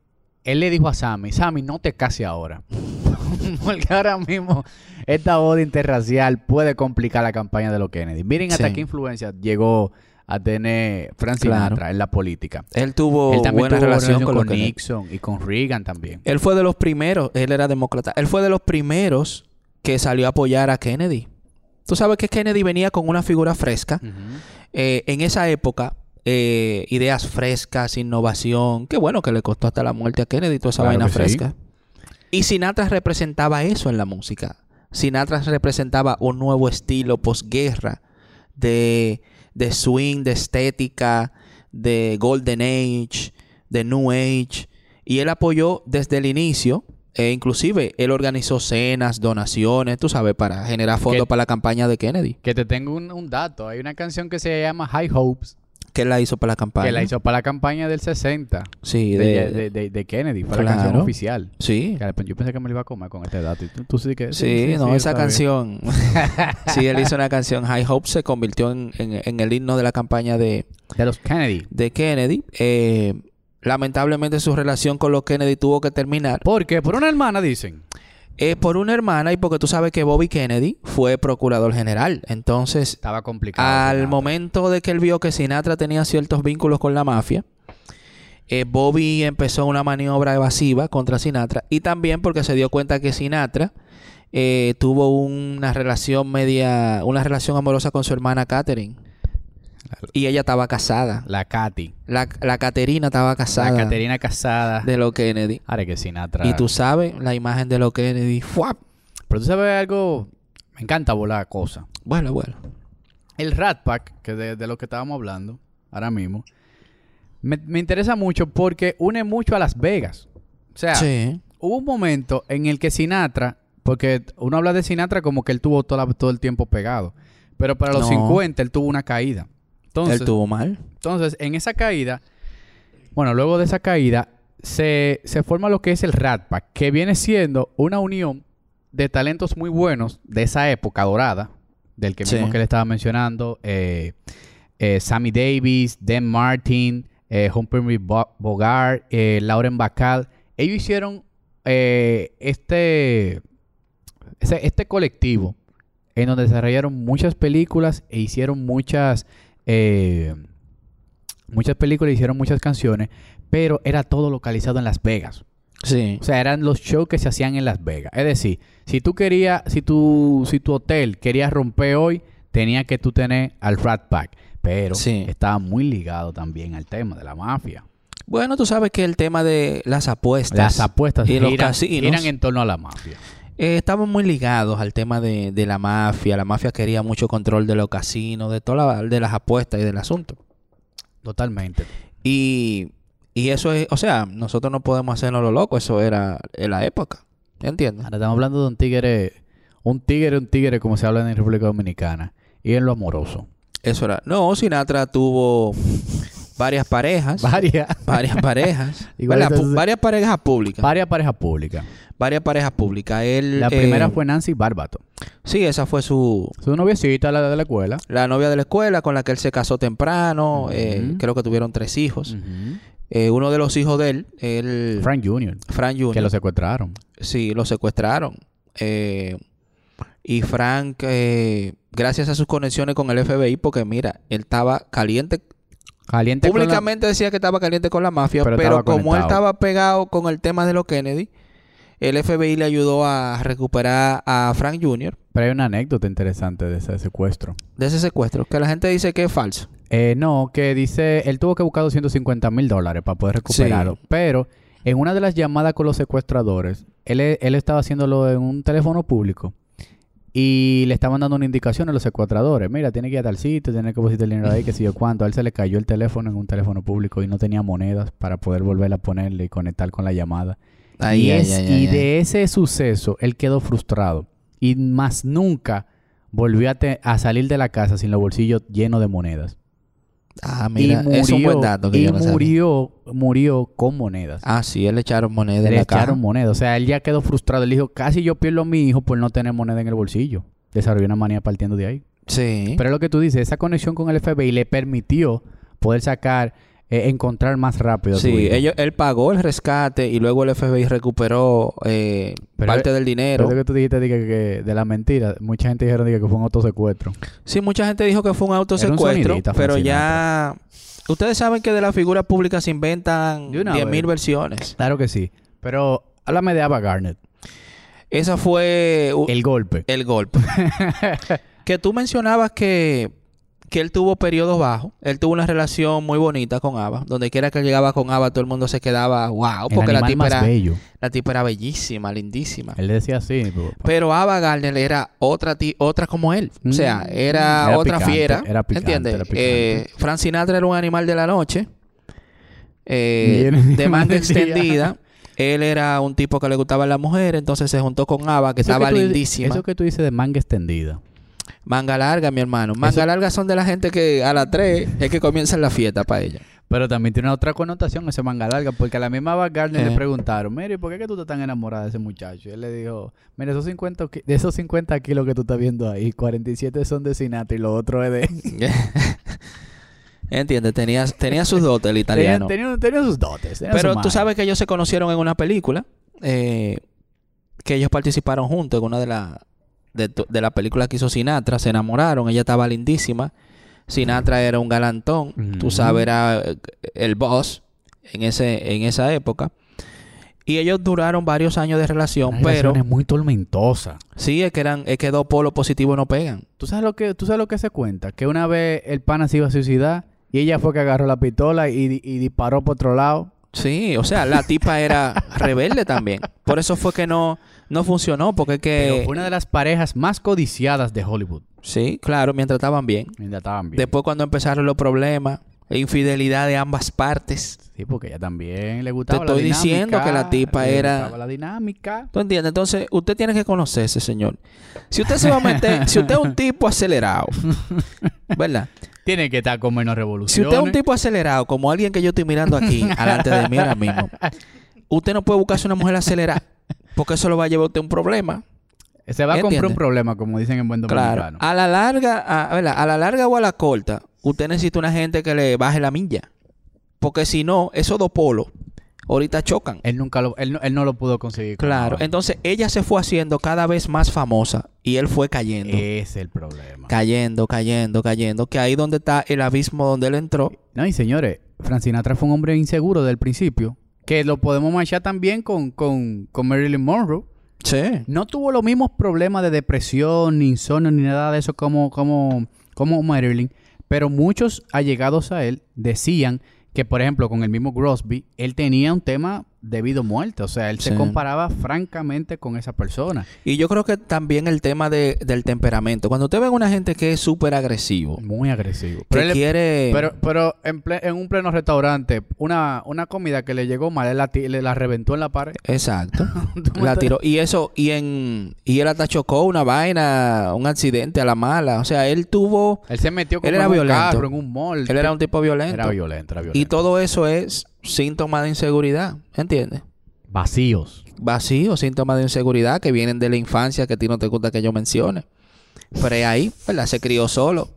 B: él le dijo a Sammy, Sammy, no te cases ahora. Porque ahora mismo esta boda interracial puede complicar la campaña de los Kennedy. Miren hasta
E: Sí.
B: qué influencia llegó a tener Frank Sinatra
E: Claro.
B: en la política.
E: Él tuvo
B: él también
E: buena
B: tuvo
E: relación con, los Kennedy.
B: Nixon y con Reagan también.
E: Él fue de los primeros, él era demócrata, él fue de los primeros que salió a apoyar a Kennedy. Tú sabes que Kennedy venía con una figura fresca. Eh, en esa época, eh, ideas frescas, innovación, qué bueno que le costó hasta la muerte a Kennedy toda esa
B: Claro
E: vaina
B: que sí.
E: fresca. Y Sinatra representaba eso en la música. Sinatra representaba un nuevo estilo posguerra de, de swing, de estética, de golden age, de new age. Y él apoyó desde el inicio. e inclusive él organizó cenas, donaciones, tú sabes, para generar fondos para la campaña de Kennedy.
B: Que te tengo un, un dato. Hay una canción que se llama High Hopes,
E: Que él la hizo para la campaña.
B: que la hizo para la campaña del 60
E: Sí,
B: de,
E: de,
B: de- de- de Kennedy. Fue la canción
E: Claro.
B: oficial.
E: sí.
B: Que Yo pensé que me lo iba a comer con este dato. Y tú, tú sí que...
E: Sí, no,
B: yo
E: esa
B: sabía.
E: canción. sí, él hizo una canción. High Hope se convirtió en, en- en el himno de la campaña de,
B: De los Kennedy.
E: de Kennedy. Eh, lamentablemente su relación con los Kennedy tuvo que terminar.
B: Porque por una hermana dicen.
E: Eh, por una hermana y porque tú sabes que Bobby Kennedy fue procurador general. Entonces,
B: Estaba complicado.
E: al
B: Sinatra.
E: momento de que él vio que Sinatra tenía ciertos vínculos con la mafia, eh, Bobby empezó una maniobra evasiva contra Sinatra y también porque se dio cuenta que Sinatra eh, tuvo una relación media, una relación amorosa con su hermana Catherine y ella estaba casada.
B: La Katy.
E: La, la Caterina estaba casada
B: La Caterina Casada.
E: de lo Kennedy.
B: Ahora que Sinatra.
E: Y tú sabes la imagen de lo Kennedy. ¡Fuap!
B: Pero tú sabes algo. Me encanta volar cosas.
E: Bueno, bueno.
B: El Rat Pack, que de, de lo que estábamos hablando ahora mismo, me, me interesa mucho porque une mucho a Las Vegas. O sea,
E: Sí.
B: hubo un momento en el que Sinatra, porque uno habla de Sinatra como que él tuvo toda la- todo el tiempo pegado, pero para los
E: No.
B: 50 él tuvo una caída. Entonces,
E: él tuvo mal.
B: Entonces, en esa caída, bueno, luego de esa caída, se, se forma lo que es el Rat Pack, que viene siendo una unión de talentos muy buenos de esa época dorada, del que
E: Sí.
B: mismo que le estaba mencionando, eh, eh, Sammy Davis, Dan Martin, eh, Humphrey Bo- Bogart, eh, Lauren Bacall. Ellos hicieron eh, este, ese- este colectivo en donde desarrollaron muchas películas e hicieron muchas... eh, muchas películas e hicieron muchas canciones, pero era todo localizado en Las Vegas.
E: Sí.
B: O sea, eran los shows que se hacían en Las Vegas. Es decir, si tú querías, si tu, si tu hotel querías romper hoy, tenía que tú tener al Rat Pack. Pero
E: Sí.
B: estaba muy ligado también al tema de la mafia.
E: Bueno, tú sabes que el tema de las apuestas.
B: Las apuestas
E: y los
B: giran-
E: casinos.
B: giran en torno a la mafia.
E: Eh, estaban muy ligados al tema de, de la mafia. La mafia quería mucho control de los casinos, de todas de las apuestas y del asunto.
B: Totalmente.
E: Y, y eso es, o sea, nosotros no podemos hacernos lo loco. Eso era en la época. ¿Entiendes?
B: Ahora estamos hablando de un tigre, un tigre, un tigre, como se habla en República Dominicana, y en lo amoroso.
E: Eso era. No, Sinatra tuvo varias parejas.
B: Varias,
E: varias parejas.
B: Igual
E: ¿Verdad? Pu-
B: entonces-
E: varias parejas públicas.
B: varias parejas públicas.
E: varias parejas públicas. Él,
B: La
E: eh,
B: primera fue Nancy Barbato,
E: Sí, esa fue su,
B: su noviecita, la de la escuela.
E: la novia de la escuela con la que él se casó temprano. eh,
B: Ujú.
E: creo que tuvieron tres hijos. Eh, uno de los hijos de él, él Frank,
B: Frank Jr.
E: Jr.,
B: Que lo secuestraron.
E: sí, lo secuestraron. Eh, y Frank, eh, gracias a sus conexiones con el FBI, porque mira, él estaba caliente.
B: Caliente con la-
E: Públicamente decía que estaba caliente con la mafia,
B: Pero
E: pero,
B: estaba
E: como él
B: conectado.
E: estaba pegado con el tema de los Kennedy, El FBI le ayudó a recuperar a Frank Jr.
B: Pero hay una anécdota interesante de ese secuestro.
E: de ese secuestro, que la gente dice que es falso.
B: Eh, no, que dice, él tuvo que buscar 250 mil dólares para poder recuperarlo. Pero en una de las llamadas con los secuestradores, él, e- él estaba haciéndolo en un teléfono público y le estaban dando una indicación a los secuestradores. Mira, tiene que ir a tal sitio, tiene que depositar el dinero ahí, que sé yo cuánto. A él se le cayó el teléfono en un teléfono público y no tenía monedas para poder volver a ponerle y conectar con la llamada.
E: Ay,
B: y
E: ay,
B: es-
E: ay,
B: y
E: ay, ay.
B: de ese suceso, él quedó frustrado. Y más nunca volvió a, te- a salir de la casa sin los bolsillos llenos de monedas.
E: Ah, mira,
B: y murió,
E: es un buen dato que
B: y
E: yo no sabía.
B: murió, murió con monedas.
E: Ah, sí, él le echaron monedas en
B: Le
E: la cara.
B: echaron monedas. O sea, él ya quedó frustrado. Él dijo, casi yo pierdo a mi hijo por no tener moneda en el bolsillo. Desarrolló una manía partiendo de ahí.
E: Sí.
B: Pero es lo que tú dices, esa conexión con el FBI le permitió poder sacar, eh, encontrar más rápido. a su
E: Sí,
B: hijo.
E: ellos, él pagó el rescate y luego el FBI recuperó eh,
B: Pero-
E: parte del dinero.
B: Pero eh, es lo que tú dijiste dije, que, que de la mentira. Mucha gente dijeron dije, que fue un autosecuestro.
E: Sí, mucha gente dijo que fue un
B: Era un
E: autosecuestro,
B: sonidita,
E: pero
B: Frank
E: ya... Ustedes saben que de las figuras públicas se inventan
B: De una
E: 10.000
B: vez.
E: versiones.
B: Claro que sí. Pero háblame de Ava Garnett.
E: Esa fue u-
B: El golpe.
E: el golpe. que tú mencionabas que, que él tuvo periodos bajos. Él tuvo una relación muy bonita con Ava. Donde quiera que llegaba con Ava, todo el mundo se quedaba wow.
B: el
E: Porque la
B: animal
E: tipa,
B: más
E: era,
B: bello.
E: la tipa era bellísima, lindísima.
B: Él decía así. pero-
E: Pero Ava Gardner era otra ti- otra como él.
B: Mm.
E: O sea, era,
B: Era
E: otra
B: picante,
E: fiera.
B: era picante,
E: ¿Entiendes?
B: era picante.
E: Eh, Frank Sinatra era un animal de la noche. eh,
B: Y era un
E: de
B: animal
E: manga
B: del día.
E: extendida. Él era un tipo que le gustaban las mujeres, entonces se juntó con Ava, que
B: Eso
E: estaba
B: tú-
E: lindísima.
B: Eso que tú dices de manga extendida.
E: Manga larga, mi hermano. Manga
B: Eso-
E: larga son de la gente que a las 3 es que comienzan la fiesta para ella.
B: Pero también tiene otra connotación ese manga larga, porque a la misma Ava Gardner
E: Eh.
B: le preguntaron, Mary, ¿por qué es que tú estás tan enamorada de ese muchacho? Y él le dijo, mira, esos 50, ki- de esos 50 kilos que tú estás viendo ahí, 47 son de Sinatra y los otros es de...
E: ¿Entiendes? Tenía, tenía sus dotes el
B: Tenían
E: italiano.
B: tenía, tenía sus dotes. tenía su
E: Pero tú
B: magia.
E: sabes que ellos se conocieron en una película. eh, que ellos participaron juntos en una de las de, to- de la película que hizo Sinatra. Se enamoraron. Ella estaba lindísima. Sinatra era un galantón. Tú
B: Ujú.
E: sabes, era eh, el boss en, ese, en esa época. Y ellos duraron varios años de relación,
B: Una
E: pero
B: relación es muy tormentosa.
E: sí es que eran, es que dos polos positivos no pegan.
B: ¿Tú sabes, lo que, tú sabes lo que se cuenta, que una vez el pana se iba a suicidar y ella fue que agarró la pistola y, di- y disparó por otro lado.
E: Sí, o sea, la tipa era rebelde también. Por eso fue que no, no funcionó, porque es
B: Pero
E: que...
B: fue una de las parejas más codiciadas de Hollywood.
E: Sí, claro, mientras estaban bien.
B: Mira, estaban bien.
E: Después cuando empezaron los problemas, e infidelidad de ambas partes.
B: Sí, porque ella también le gustaba
E: estoy
B: la dinámica.
E: diciendo que la tipa
B: le
E: era-
B: gustaba la dinámica.
E: ¿Tú entiendes? Entonces, usted tiene que conocerse, señor. Si usted se va a meter, si usted es un tipo acelerado, ¿verdad?
B: Tiene que estar con menos
E: Si
B: revoluciones.
E: usted es un tipo acelerado, como alguien que yo estoy mirando aquí, delante de mí ahora mismo, usted no puede buscarse una mujer acelerada, porque eso lo va a llevar a usted a un problema.
B: Se va a comprar
E: ¿Entiendes?
B: un problema, como dicen en buen
E: Claro.
B: dominicano.
E: A la larga, a, ¿verdad? a la larga o a la corta, usted necesita una gente que le baje la milla. Porque si no, esos dos polos ahorita chocan.
B: Él nunca lo... Él no, él no lo pudo conseguir. con
E: Claro.
B: la vaina.
E: Entonces ella se fue haciendo cada vez más famosa y él fue cayendo.
B: Ese es el problema.
E: Cayendo, cayendo, cayendo. Que ahí donde está el abismo donde él entró.
B: No, y señores, Francinatra fue un hombre inseguro del principio. Que lo podemos manchar también con, con, con Marilyn Monroe.
E: Sí.
B: No tuvo los mismos problemas de depresión, ni insomnio, ni nada de eso como, como, como Marilyn. Pero muchos allegados a él decían que, por ejemplo, con el mismo Crosby, él tenía un tema debido a muerte. O sea, él
E: Sí.
B: se comparaba francamente con esa persona.
E: Y yo creo que también el tema de- del temperamento. Cuando usted ve a una gente que es súper agresivo,
B: Muy agresivo.
E: que
B: Pero, él-
E: Oh. quiere.
B: pero, pero en, ple- en un pleno restaurante, una, una comida que le llegó mal, él la, ti- le la reventó en la pared.
E: Exacto.
B: Tú me
E: la
B: estás-
E: tiró. Y eso, y en. Y él hasta chocó una vaina, un accidente a la mala. O sea, él tuvo.
B: Él se metió como
E: Él era
B: en un
E: violento.
B: carro, en un mall.
E: Él era un tipo violento.
B: Era violento, era violento.
E: Y todo eso es síntoma de inseguridad. ¿Entiendes?
B: Vacíos.
E: Vacío, síntomas de inseguridad que vienen de la infancia que a ti no te gusta que yo mencione. Pero es ahí, ¿verdad? Se crió solo.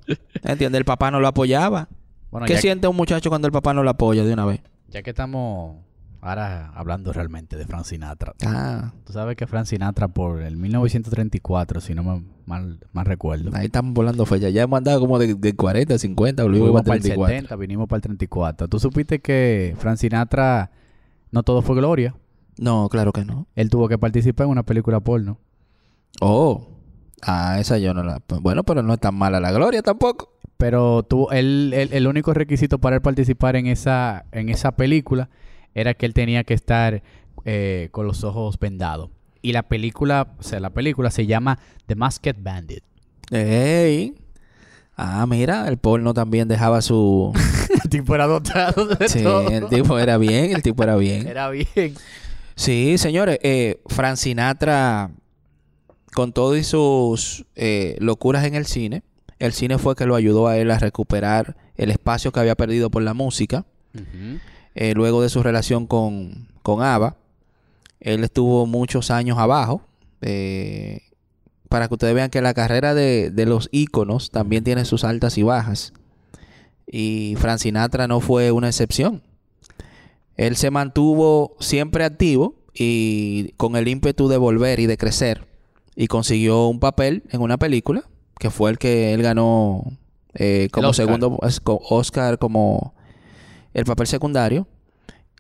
E: ¿Entiendes? El papá no lo apoyaba.
B: Bueno,
E: ¿Qué
B: ya,
E: siente un muchacho cuando el papá no lo apoya de una vez?
B: ya que estamos ahora hablando realmente de Frank Sinatra.
E: Ah,
B: Tú sabes que Frank Sinatra por el 1934, si no me mal, mal recuerdo.
E: ahí estamos volando fecha. Ya hemos andado como de, de 40, 50, volvimos
B: Fuimos
E: a
B: para el
E: 34.
B: 70, vinimos para el 34. ¿Tú supiste que Frank Sinatra no todo fue gloria?
E: No, claro que no.
B: Él tuvo que participar en una película porno.
E: Oh. Ah, esa yo no la... Bueno, pero no es tan mala la gloria tampoco.
B: Pero tú, él, él- el único requisito para él participar en esa, en esa película era que él tenía que estar eh, con los ojos vendados. Y la película, o sea, la película se llama The Masked Bandit.
E: ¡Ey! Ah, mira, el porno también dejaba su...
B: el tipo era dotado de
E: Sí,
B: todo.
E: el tipo era bien, el tipo era bien.
B: Era bien.
E: Sí, señores, eh, Frank Sinatra, con todo y sus eh, locuras en el cine, el cine fue que lo ayudó a él a recuperar el espacio que había perdido por la música. eh, luego de su relación con, con Ava. Él estuvo muchos años abajo. eh, para que ustedes vean que la carrera de, de los íconos también tiene sus altas y bajas. Y Frank Sinatra no fue una excepción. Él se mantuvo siempre activo y con el ímpetu de volver y de crecer. Y consiguió un papel en una película que fue el que él ganó eh, como
B: Oscar.
E: segundo es- co- Oscar como el papel secundario.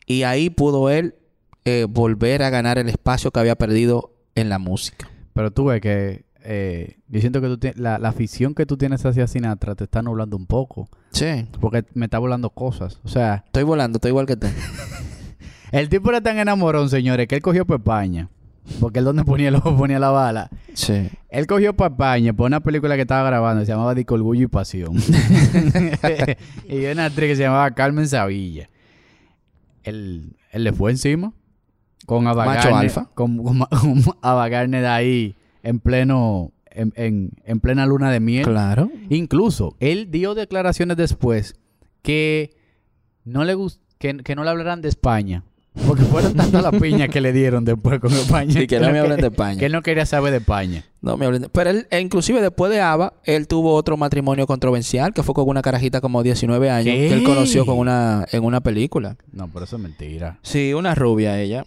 E: Y ahí pudo él eh, volver a ganar el espacio que había perdido en la música.
B: Pero tú ves que eh, yo siento que tú tienes- la, la afición que tú tienes hacia Sinatra te está nublando un poco.
E: Sí.
B: Porque me está volando cosas. O sea,
E: Estoy volando, estoy igual que tú.
B: el tipo era tan enamorón, señores, que él cogió Pepaña. Porque él donde ponía el ojo ponía la bala.
E: Sí.
B: Él cogió Pepaña por una película que estaba grabando. Se llamaba Dico Orgullo y Pasión. y una actriz que se llamaba Carmen Savilla. Él, él le fue encima. Con Ava
E: Macho
B: Gardner-
E: alfa.
B: Con, con ma- con Ava Gardner ahí en pleno... En, en- en plena luna de miel.
E: Claro.
B: Incluso, él dio declaraciones después que no le gust- que, que no le hablaran de España. Porque fueron tantas las piñas que le dieron después con España.
E: Y que no
B: él
E: me hablen de
B: que
E: España.
B: él no quería saber de España.
E: No me hablen de... Pero él, e inclusive después de Ava, él tuvo otro matrimonio controversial que fue con una carajita como 19 años
B: ¿Qué?
E: que él conoció con una, en una película.
B: No, pero eso es mentira.
E: Sí, una rubia ella.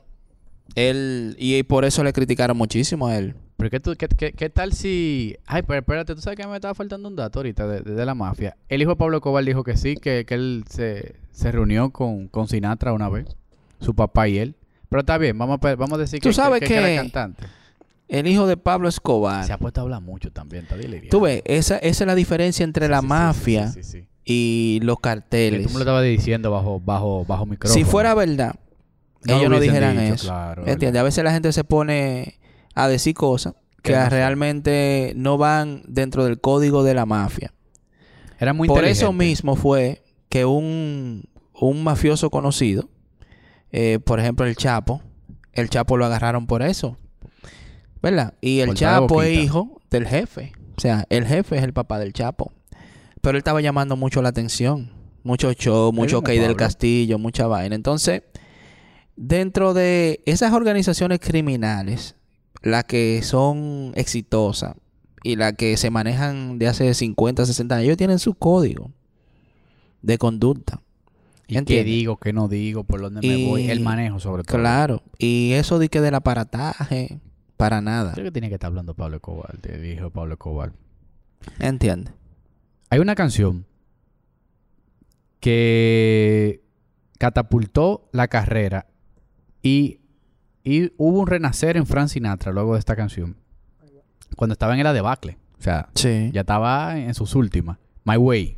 E: Él, y por eso le criticaron muchísimo a él.
B: Pero qué, tú- qué- qué- qué tal si... Ay, pero espérate, tú sabes que me estaba faltando un dato ahorita de, de- de la mafia. El hijo de Pablo Cobal dijo que sí, que, que él se, se reunió con, con Sinatra una vez. Su papá y él. Pero está bien, vamos a, pe- vamos a decir
E: Tú
B: que,
E: sabes que-
B: era cantante.
E: El hijo de Pablo Escobar.
B: Se ha puesto a hablar mucho también, está delirando.
E: Tú ves, esa, esa es la diferencia entre
B: Sí,
E: la
B: sí, sí,
E: mafia
B: sí, sí, sí.
E: y los
B: Que
E: carteles.
B: tú me lo estabas diciendo bajo, bajo, bajo micrófono.
E: Si fuera verdad,
B: No lo
E: ellos no
B: hubiesen
E: dijeran
B: dicho,
E: eso.
B: claro,
E: ¿Entiendes? A veces la gente se pone a decir cosas que
B: Que no son.
E: realmente no van dentro del código de la mafia.
B: Era muy
E: Por eso
B: inteligente.
E: mismo fue que un, un mafioso conocido, eh, por ejemplo el Chapo, el Chapo lo agarraron por eso. ¿Verdad? Y el
B: Por dar
E: Chapo es
B: boquita.
E: hijo del jefe. O sea, el jefe es el papá del Chapo. Pero él estaba llamando mucho la atención. Mucho show, mucho
B: mismo
E: Key del
B: Pablo.
E: Castillo, mucha vaina. Entonces, dentro de esas organizaciones criminales, las que son exitosas y las que se manejan de hace 50, 60 años, ellos tienen su código de conducta.
B: ¿Y
E: ¿Entiendes?
B: qué digo, qué no digo, por dónde me
E: Y-
B: voy? El manejo, sobre todo.
E: Claro. Y eso de que del aparataje, para nada.
B: Creo que tiene que estar hablando Pablo Escobar, te dijo Pablo Escobar.
E: ¿Entiendes?
B: Hay una canción que catapultó la carrera y, y hubo un renacer en Frank Sinatra luego de esta canción. Cuando estaba en la debacle. O sea,
E: Sí.
B: ya estaba en sus últimas. My Way.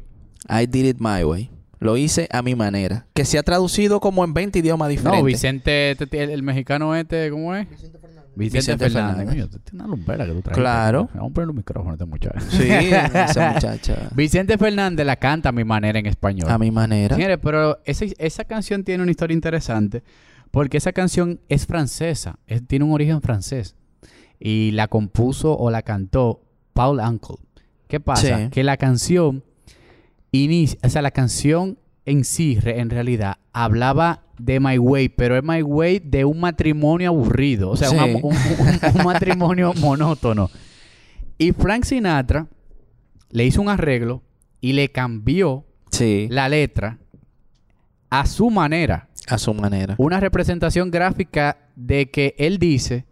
E: I did it my way. Lo hice a mi manera. Que se ha traducido como en 20 idiomas diferentes.
B: No, Vicente, este- el, el mexicano este, ¿cómo es? Vicente Fernández. Vicente,
E: Vicente
B: Fernández.
E: Fernández.
B: Mío, tú tienes una lumbrera que tú trajiste.
E: Claro.
B: Vamos a ponerle un micrófono a este muchacho.
E: Sí, esa muchacha.
B: Vicente Fernández la canta a mi manera en español.
E: A mi manera.
B: Señores, pero esa, esa canción tiene una historia interesante porque esa canción es francesa, es- tiene un origen francés y la compuso o la cantó Paul Uncle. ¿Qué pasa?
E: Sí.
B: Que la canción inicia, o sea, la canción en sí, re- en realidad, hablaba de My Way, pero es My Way de un matrimonio aburrido, o sea, un
E: Sí.
B: am- un- un- un matrimonio monótono. Y Frank Sinatra le hizo un arreglo y le cambió
E: Sí.
B: la letra a su manera.
E: A su manera.
B: Una representación gráfica de que él dice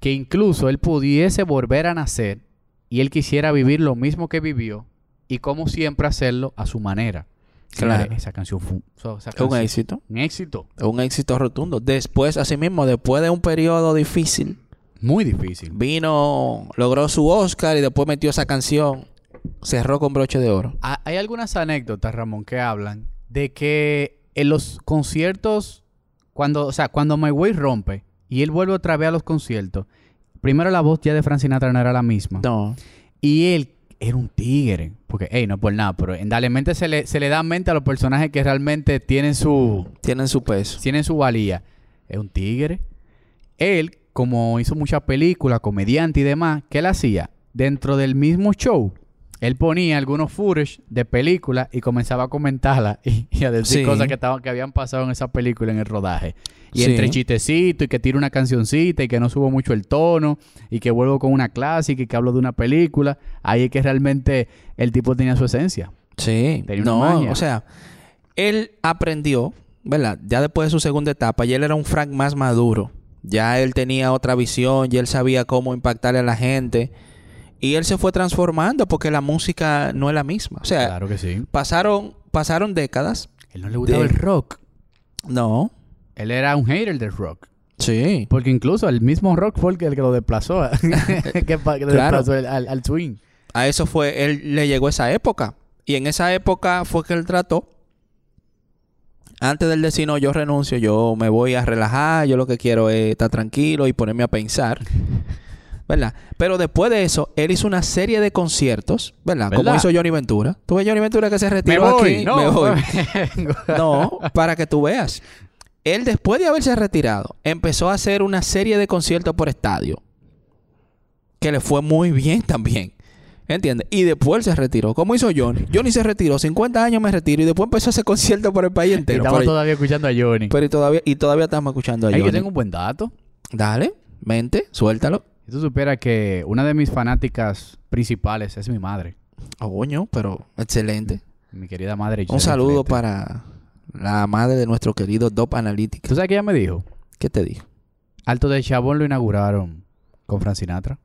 B: que incluso él pudiese volver a nacer y él quisiera vivir lo mismo que vivió y como siempre hacerlo a su manera. Señores,
E: Claro.
B: Esa canción fue un, so- esa
E: Es un
B: canción-
E: éxito.
B: un éxito.
E: Es un éxito rotundo. Después, asimismo, después de un periodo difícil,
B: Muy difícil.
E: vino, logró su Oscar y después metió esa canción. Cerró con broche de oro.
B: Ha- Hay algunas anécdotas, Ramón, que hablan de que en los conciertos, cuando, o sea, cuando My Way rompe y él vuelve otra vez a los conciertos, primero la voz ya de Frank Sinatra no era la misma.
E: No.
B: Y él era un tigre. Porque, hey, no por nada, pero en Dale Mente se le, se le da mente a los personajes que realmente tienen su,
E: Tienen su peso.
B: tienen su valía. Es un tigre. Él, como hizo muchas películas, comediante y demás, ¿qué él hacía? Dentro del mismo show, él ponía algunos footage de películas y comenzaba a comentarlas y, y a decir
E: Sí.
B: cosas que, estaban, que habían pasado en esa película en el rodaje. Y
E: Sí.
B: entre chistecito y que tira una cancioncita y que no subo mucho el tono y que vuelvo con una clásica y que hablo de una película, ahí es que realmente el tipo tenía su esencia.
E: Sí.
B: Tenía una
E: no,
B: maña.
E: o sea, él aprendió, ¿verdad? Ya después de su segunda etapa, ya él era un Frank más maduro. Ya él tenía otra visión, ya él sabía cómo impactarle a la gente. Y él se fue transformando porque la música no es la misma. O sea,
B: Claro que sí.
E: pasaron, pasaron décadas.
B: Él no le gustaba
E: De-
B: el rock.
E: No.
B: Él era un hater del rock.
E: Sí.
B: Porque incluso el mismo rock fue el que el que lo desplazó. que pa- que lo
E: Claro.
B: desplazó el- al, al swing.
E: A eso fue, él le llegó esa época. Y en esa época fue que él trató. Antes del decir, no, yo renuncio, yo me voy a relajar, yo lo que quiero es estar tranquilo y ponerme a pensar. ¿Verdad? Pero después de eso, él hizo una serie de conciertos, ¿verdad? Como
B: ¿Verdad?
E: hizo Johnny Ventura. Tú ves Johnny Ventura que se retiró aquí. Me voy. No, para que tú veas. Él, después de haberse retirado, empezó a hacer una serie de conciertos por estadio. Que le fue muy bien también. ¿Entiendes? Y después él se retiró. ¿Cómo hizo Johnny? Johnny se retiró. 50 años me retiro. Y después empezó a hacer conciertos por el país
B: Y
E: entero.
B: estamos
E: Por-
B: todavía escuchando a Johnny.
E: Pero y todavía, y todavía estamos escuchando Pues, a
B: Ey,
E: Johnny.
B: yo tengo un buen dato.
E: Dale, mente, suéltalo.
B: Si tú supieras que una de mis fanáticas principales es mi madre.
E: Oño, Oh, pero excelente.
B: Mi querida madre.
E: Un
B: Gisela
E: saludo
B: Flete.
E: para la madre de nuestro querido Dop Analytics.
B: ¿Tú sabes qué ella me dijo?
E: ¿Qué te dijo?
B: Alto de Chabón lo inauguraron con Frank Sinatra.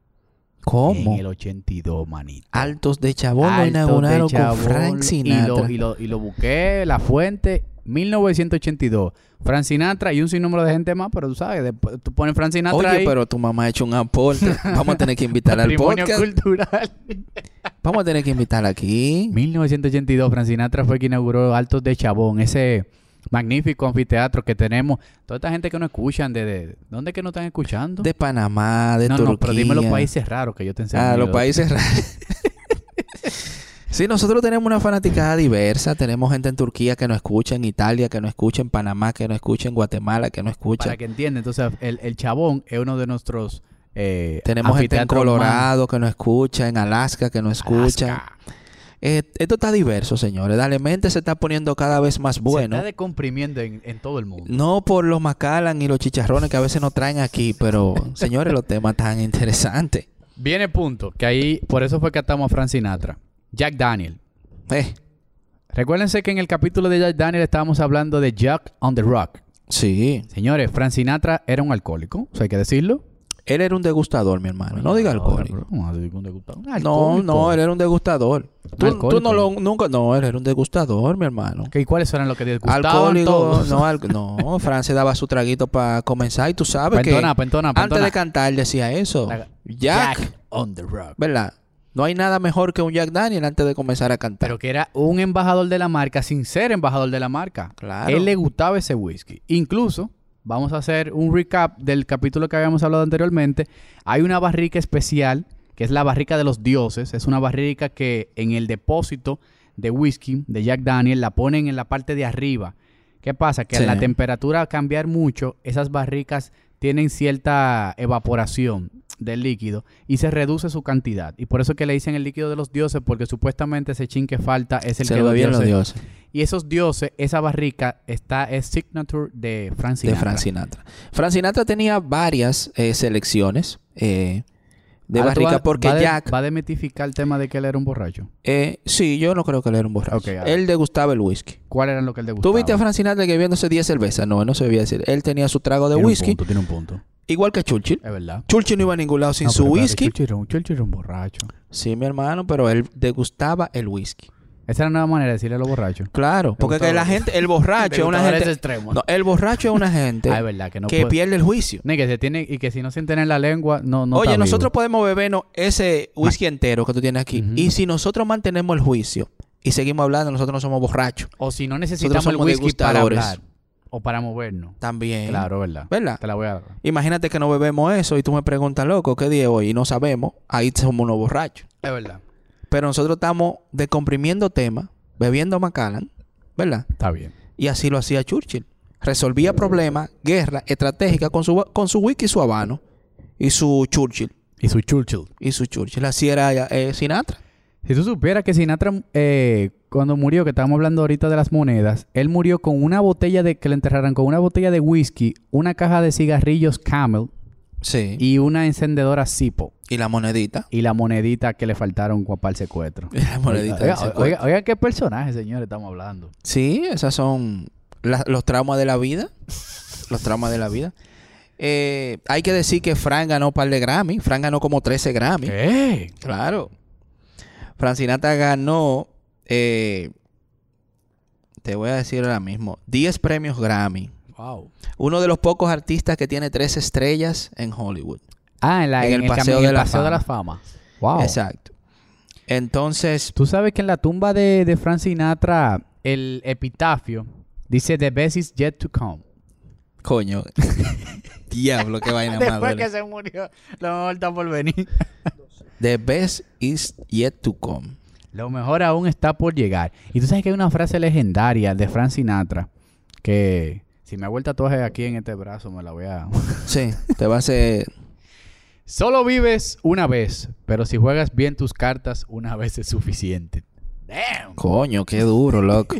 B: En
E: ¿Cómo?
B: el 82, manito.
E: Altos de Chabón lo
B: Alto de
E: inauguraron con
B: Chabón,
E: Frank
B: Y lo,
E: Sinatra.
B: y, lo, y lo busqué, la fuente, 1982. Frank Sinatra y un sinnúmero de gente más, pero tú sabes, después tú pones Frank Sinatra
E: Oye,
B: ahí,
E: pero tu mamá ha hecho un aporte. Vamos a tener que invitarla al
B: patrimonio
E: podcast.
B: cultural.
E: Vamos a tener que invitarla aquí.
B: 1982, Frank Sinatra fue quien inauguró Altos de Chabón, ese magnífico anfiteatro que tenemos. Toda esta gente que no escuchan, de, de- ¿dónde es que no están escuchando?
E: De Panamá, de
B: no,
E: Turquía.
B: no, pero dime los países raros que yo te enseño.
E: Ah, los países raros. Sí, nosotros tenemos una fanaticada diversa. Tenemos gente en Turquía que no escucha, en Italia que no escucha, en Panamá que no escucha, en Guatemala que no escucha.
B: Para que entiendan, entonces el, el Chabón es uno de nuestros. eh,
E: Tenemos gente en
B: anfiteatros más-
E: Colorado que no escucha, en Alaska que no escucha.
B: Alaska.
E: Eh, esto está diverso, señores. Dale mente se está poniendo cada vez más bueno.
B: Se está decomprimiendo en, en todo el mundo.
E: No por los macalan y los chicharrones que a veces nos traen aquí, pero señores, los temas tan interesantes.
B: Viene punto, que ahí, por eso fue que atamos a Frank Sinatra. Jack Daniel.
E: Eh,
B: Recuérdense que en el capítulo de Jack Daniel estábamos hablando de Jack on the Rock.
E: sí.
B: Señores, Frank Sinatra era un alcohólico, o sea, hay que decirlo. Ah,
E: Él era un degustador, mi hermano. No diga alcohólico.
B: ¿Cómo vas a decir que un degustado? Un
E: No,
B: alcohólico.
E: no, él era un degustador. Tú, tú
B: Alcohólico.
E: no lo, nunca, no, él era un degustador, mi hermano.
B: ¿Qué- ¿Y cuáles eran los que degustaban
E: Alcohólico,
B: todos?
E: no, al- no, Fran se daba su traguito para comenzar y tú sabes que
B: Pentona, pentona,
E: antes
B: pentona.
E: de cantar decía eso.
B: La-
E: Jack,
B: on the Rock.
E: ¿verdad? No hay nada mejor que un Jack Daniel antes de comenzar a cantar.
B: Pero que era un embajador de la marca sin ser embajador de la marca.
E: Claro.
B: Él le gustaba ese whisky. Incluso, vamos a hacer un recap del capítulo que habíamos hablado anteriormente. Hay una barrica especial, que es la barrica de los dioses. Es una barrica que en el depósito de whisky de Jack Daniel la ponen en la parte de arriba. ¿Qué pasa? Que
E: Sí.
B: a la temperatura al cambiar mucho, esas barricas tienen cierta evaporación del líquido y se reduce su cantidad. Y por eso que le dicen el líquido de los dioses, porque supuestamente ese chin que falta es el
E: se
B: que
E: lo
B: los
E: bebían los
B: dioses-
E: dioses.
B: y esos dioses, esa barrica, está, es signature de Frank
E: de
B: Sinatra.
E: Frank Sinatra. Frank Sinatra tenía varias eh, selecciones eh, de
B: Ahora Ah, tú
E: barrica
B: vas-
E: porque
B: va de-
E: Jack...
B: va a demitificar el tema de que él era un borracho.
E: eh, sí, yo no creo que él era un borracho.
B: Ok, a ver.
E: él degustaba el whisky.
B: ¿Cuál era lo que él le gustaba?
E: ¿Tú viste a Frank Sinatra que bebiéndose 10 cervezas? No, él no se bebía decir. Él tenía su trago de
B: Tiene un
E: whisky,
B: punto, tiene un punto.
E: igual que Churchill.
B: Es verdad.
E: Churchill no iba a ningún lado sin
B: No,
E: su
B: pero espérate,
E: whisky.
B: Churchill era un- Churchill era un borracho.
E: Sí, mi hermano, pero él degustaba el whisky.
B: Esa es la nueva manera de decirle a los borrachos.
E: Claro, porque
B: gustó-
E: que la gente, el borracho es una gente.
B: extremo.
E: No, el borracho es una gente
B: Ah, es verdad que no
E: que
B: puede-
E: pierde el juicio.
B: No, y que se tiene y que si no se entera en la lengua, no no
E: Oye,
B: está
E: nosotros
B: vivo.
E: podemos bebernos ese whisky entero que tú tienes aquí.
B: Ujú.
E: Y si nosotros mantenemos el juicio y seguimos hablando, nosotros no somos borrachos.
B: o si no necesitamos el
E: somos
B: whisky para
E: degustadores.
B: hablar o para movernos.
E: También.
B: Claro, ¿verdad?
E: Eh, ¿Verdad?
B: Te la voy a dar.
E: Imagínate que no bebemos eso y tú me preguntas, loco, ¿qué día es hoy? Y no sabemos. Ahí somos unos borrachos.
B: Es verdad.
E: Pero nosotros estamos descomprimiendo temas, bebiendo Macallan, ¿verdad?
B: Está bien.
E: Y así lo hacía Churchill. Resolvía problemas, guerra estratégica con su, con su whisky y su habano. Y su Churchill.
B: Y su Churchill.
E: Y su Churchill. Así era eh, Sinatra.
B: Si tú supieras que Sinatra, eh, cuando murió, que estábamos hablando ahorita de las monedas, él murió con una botella de, que le enterraran con una botella de whisky, una caja de cigarrillos Camel
E: Sí.
B: y una encendedora Zippo.
E: Y, la monedita.
B: Y la monedita que le faltaron cua- para el secuestro.
E: Y la monedita.
B: Oiga,
E: del
B: oiga,
E: secuestro.
B: oiga, qué personaje, señores, estamos hablando.
E: Sí, esas son la- los traumas de la vida. Los traumas de la vida. Eh, hay que decir que Frank ganó un par de Grammy. Frank ganó como 13 Grammy.
B: ¡Eh!
E: Claro. Francinata ganó. eh, te voy a decir ahora mismo. 10 premios Grammy.
B: ¡Wow!
E: Uno de los pocos artistas que tiene tres estrellas en Hollywood.
B: Ah, en, la-
E: En
B: en
E: el
B: el, cami-
E: Paseo
B: en
E: de
B: el
E: la
B: Paseo de
E: Fama.
B: la Fama. ¡Wow!
E: Exacto. Entonces,
B: Tú sabes que en la tumba de, de Frank Sinatra, el epitafio dice: The best is yet to come.
E: coño. Diablo, qué vaina más
B: Después
E: duele.
B: que se murió, lo mejor está por venir.
E: The best is yet to come.
B: Lo mejor aún está por llegar. Y tú sabes que hay una frase legendaria de Frank Sinatra que si me hago el tatuaje aquí en este brazo me la voy a...
E: Sí, te va a hacer.
B: Solo vives una vez, pero si juegas bien tus cartas, una vez es suficiente. Damn.
E: Coño, qué duro, loco.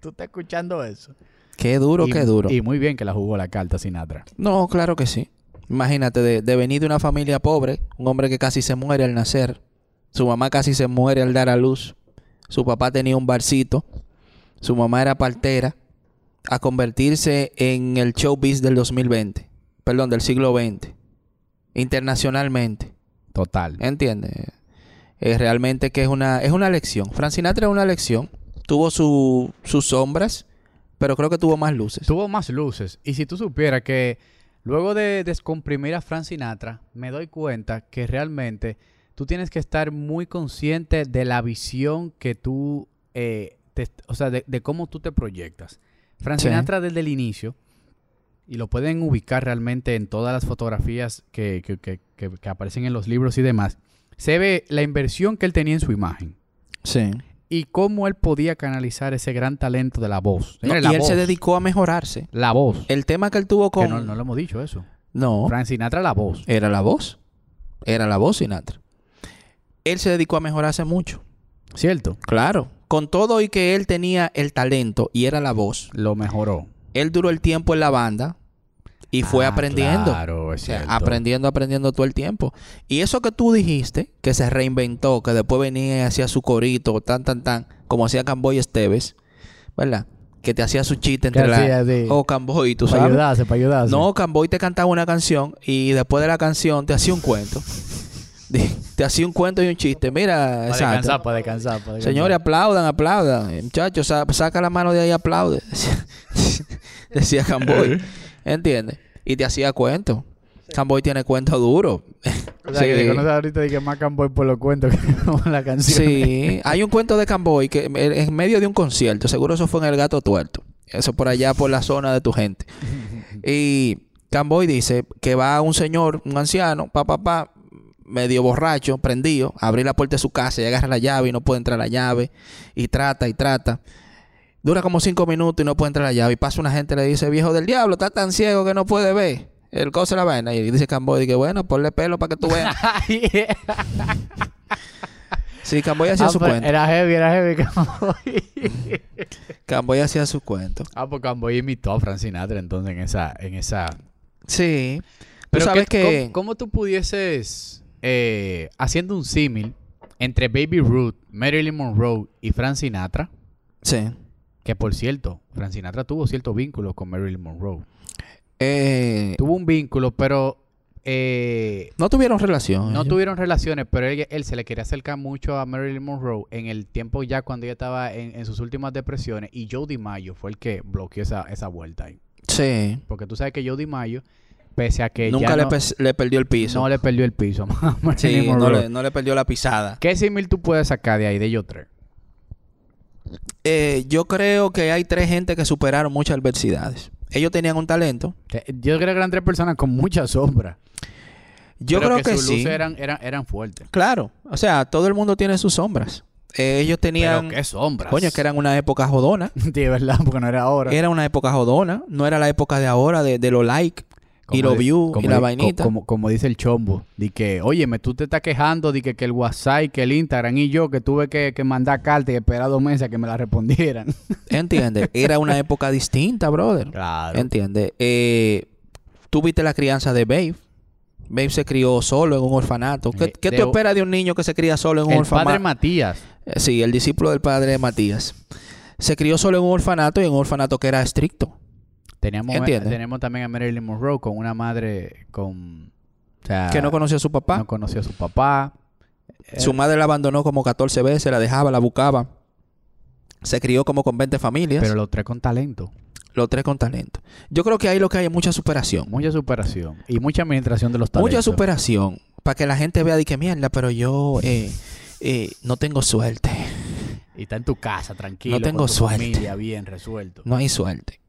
B: ¿Tú estás escuchando eso?
E: Qué duro,
B: y,
E: qué duro.
B: Y muy bien que la jugó la carta Sinatra.
E: No, claro que sí. Imagínate, de, de venir de una familia pobre, un hombre que casi se muere al nacer, su mamá casi se muere al dar a luz, su papá tenía un barcito, su mamá era partera, a convertirse en el showbiz del 2020, perdón, del siglo XX, internacionalmente,
B: Total.
E: ¿entiendes? Eh, realmente que es una, es una lección. Francinatra es una lección, tuvo su- sus sombras, pero creo que tuvo más luces.
B: Tuvo más luces. Y si tú supieras que luego de descomprimir a Frank Sinatra, me doy cuenta que realmente tú tienes que estar muy consciente de la visión que tú, eh, te- o sea, de, de cómo tú te proyectas. Frank
E: Sí.
B: Sinatra desde el inicio, y lo pueden ubicar realmente en todas las fotografías que, que- que- que- que aparecen en los libros y demás, se ve la inversión que él tenía en su imagen.
E: Sí.
B: Y cómo él podía canalizar ese gran talento de la voz.
E: No,
B: Señores,
E: y
B: la
E: él se
B: voz.
E: dedicó a mejorarse.
B: La voz. ¿Oh?
E: El tema que él tuvo
B: Que
E: con...
B: no, no lo hemos dicho eso.
E: No,
B: Frank Sinatra la voz.
E: era la voz. Era la voz Sinatra. Él se dedicó a mejorarse mucho.
B: ¿Cierto?
E: Claro. Con todo y que él tenía el talento y era la voz.
B: Lo mejoró.
E: Él duró el tiempo en la banda y fue
B: Ah,
E: aprendiendo.
B: Claro, es
E: O sea,
B: cierto.
E: aprendiendo, aprendiendo todo el tiempo. Y eso que tú dijiste, que se reinventó, que después venía y hacía su corito, tan, tan, tan, como hacía Camboy Esteves, ¿verdad? Que te hacía su chiste
B: Que
E: entre la...
B: hacía de-
E: Oh, Camboy, tú
B: Para
E: sabes.
B: ayudarse, para ayudarse.
E: No, Camboy te cantaba una canción y después de la canción te hacía un cuento. Di- te hacía un cuento y un chiste. Mira,
B: para
E: exacto.
B: descansar, para descansar. para descansar.
E: Señores, aplaudan, aplaudan. Eh, Muchachos, sa- saca la mano de ahí y aplaude. Decía Camboy. ¿Entiendes? Y te hacía cuento. Camboy tiene cuento duro.
B: O sea, que
E: Sí.
B: te conoces ahorita de que más Camboy por los cuentos pues, que no la canción.
E: Sí, hay un cuento de Camboy que en- en medio de un concierto, seguro eso fue en El Gato Tuerto, eso por allá por la zona de tu gente. Y Camboy dice que va un señor, un anciano, pa pa pa, medio borracho, prendido, a abrir la puerta de su casa y agarra la llave y no puede entrar la llave y trata y trata. Dura como cinco minutos y no puede entrar la llave. Y pasa una gente y le dice, viejo del diablo, está tan ciego que no puede ver. El cosa la vaina. Y dice Camboy, que bueno, ponle pelo para que tú veas. Sí, Camboy hacía
B: eh. Ah,
E: su
B: pues,
E: cuento.
B: Era heavy, era heavy Camboy.
E: Camboy hacía su cuento.
B: ah, pues Camboy imitó a Frank Sinatra entonces en esa... En esa...
E: Sí. Pero sabes
B: ¿qué-
E: que...
B: ¿cómo, cómo tú pudieses, eh, haciendo un símil entre Baby Ruth, Marilyn Monroe y Frank Sinatra?
E: Sí.
B: Que por cierto, Frank Sinatra tuvo cierto vínculo con Marilyn Monroe.
E: Eh,
B: Tuvo un vínculo, pero eh,
E: No tuvieron relación.
B: no
E: ellos.
B: tuvieron relaciones, pero él, él se le quería acercar mucho a Marilyn Monroe en el tiempo ya cuando ella estaba en, en sus últimas depresiones. Y Joe DiMaggio fue el que bloqueó esa, esa vuelta ahí.
E: Sí.
B: Porque tú sabes que Joe DiMaggio, pese a que
E: Nunca
B: ya
E: le,
B: no,
E: pe- le perdió el piso.
B: no le perdió el piso a Marilyn
E: Sí, no
B: Monroe.
E: le, no le perdió la pisada.
B: ¿Qué similitud puedes sacar de ahí, de ellos tres?
E: Eh, yo creo que hay tres gente que superaron muchas adversidades. Ellos tenían un talento.
B: Que- Eh, Yo creo que eran tres personas con mucha sombra.
E: Yo
B: pero
E: creo que,
B: sus
E: sí.
B: luces eran, eran, eran fuertes.
E: Claro. O sea, todo el mundo tiene sus sombras. Eh, ellos tenían...
B: Pero qué sombras.
E: Coño, es que eran una época jodona.
B: De verdad, porque no era ahora.
E: Era una época jodona. No era la época de ahora de, de los like
B: Como
E: y los
B: di-
E: views y
B: como
E: la
B: di- co-
E: vainita.
B: Como, como dice el chombo, de que, óyeme, tú te estás quejando de que, que el WhatsApp, que el Instagram y yo, que tuve que, que mandar carta y esperar dos meses a que me la respondieran.
E: Entiende. Era una época distinta, brother.
B: Claro.
E: Entiende. Eh, tú viste la crianza de Babe. Babe se crió solo en un orfanato. ¿Qué,
B: Eh,
E: qué
B: de-
E: tú esperas de un niño que se cría solo en un
B: el padre
E: orfanato?
B: Matías.
E: Eh, Sí, el discípulo del padre de Matías. Se crió solo en un orfanato y en un orfanato que era estricto.
B: Teníamos,
E: Entiende.
B: tenemos también a Marilyn Monroe con una madre con... O sea,
E: que no conoció a su papá.
B: Ah, no eh. conoció a su papá.
E: Su madre la abandonó como 14 veces, la dejaba, la buscaba. Se crió como con 20 familias.
B: Pero los tres con talento.
E: los tres con talento. Yo creo que ahí lo que hay es mucha superación.
B: Mucha superación. Y mucha administración de los talentos.
E: Mucha superación. Para que la gente vea de que mierda, pero yo eh, eh, no tengo suerte.
B: Y está en tu casa, tranquilo.
E: No tengo
B: con tu
E: suerte.
B: familia, bien resuelto.
E: No hay suerte.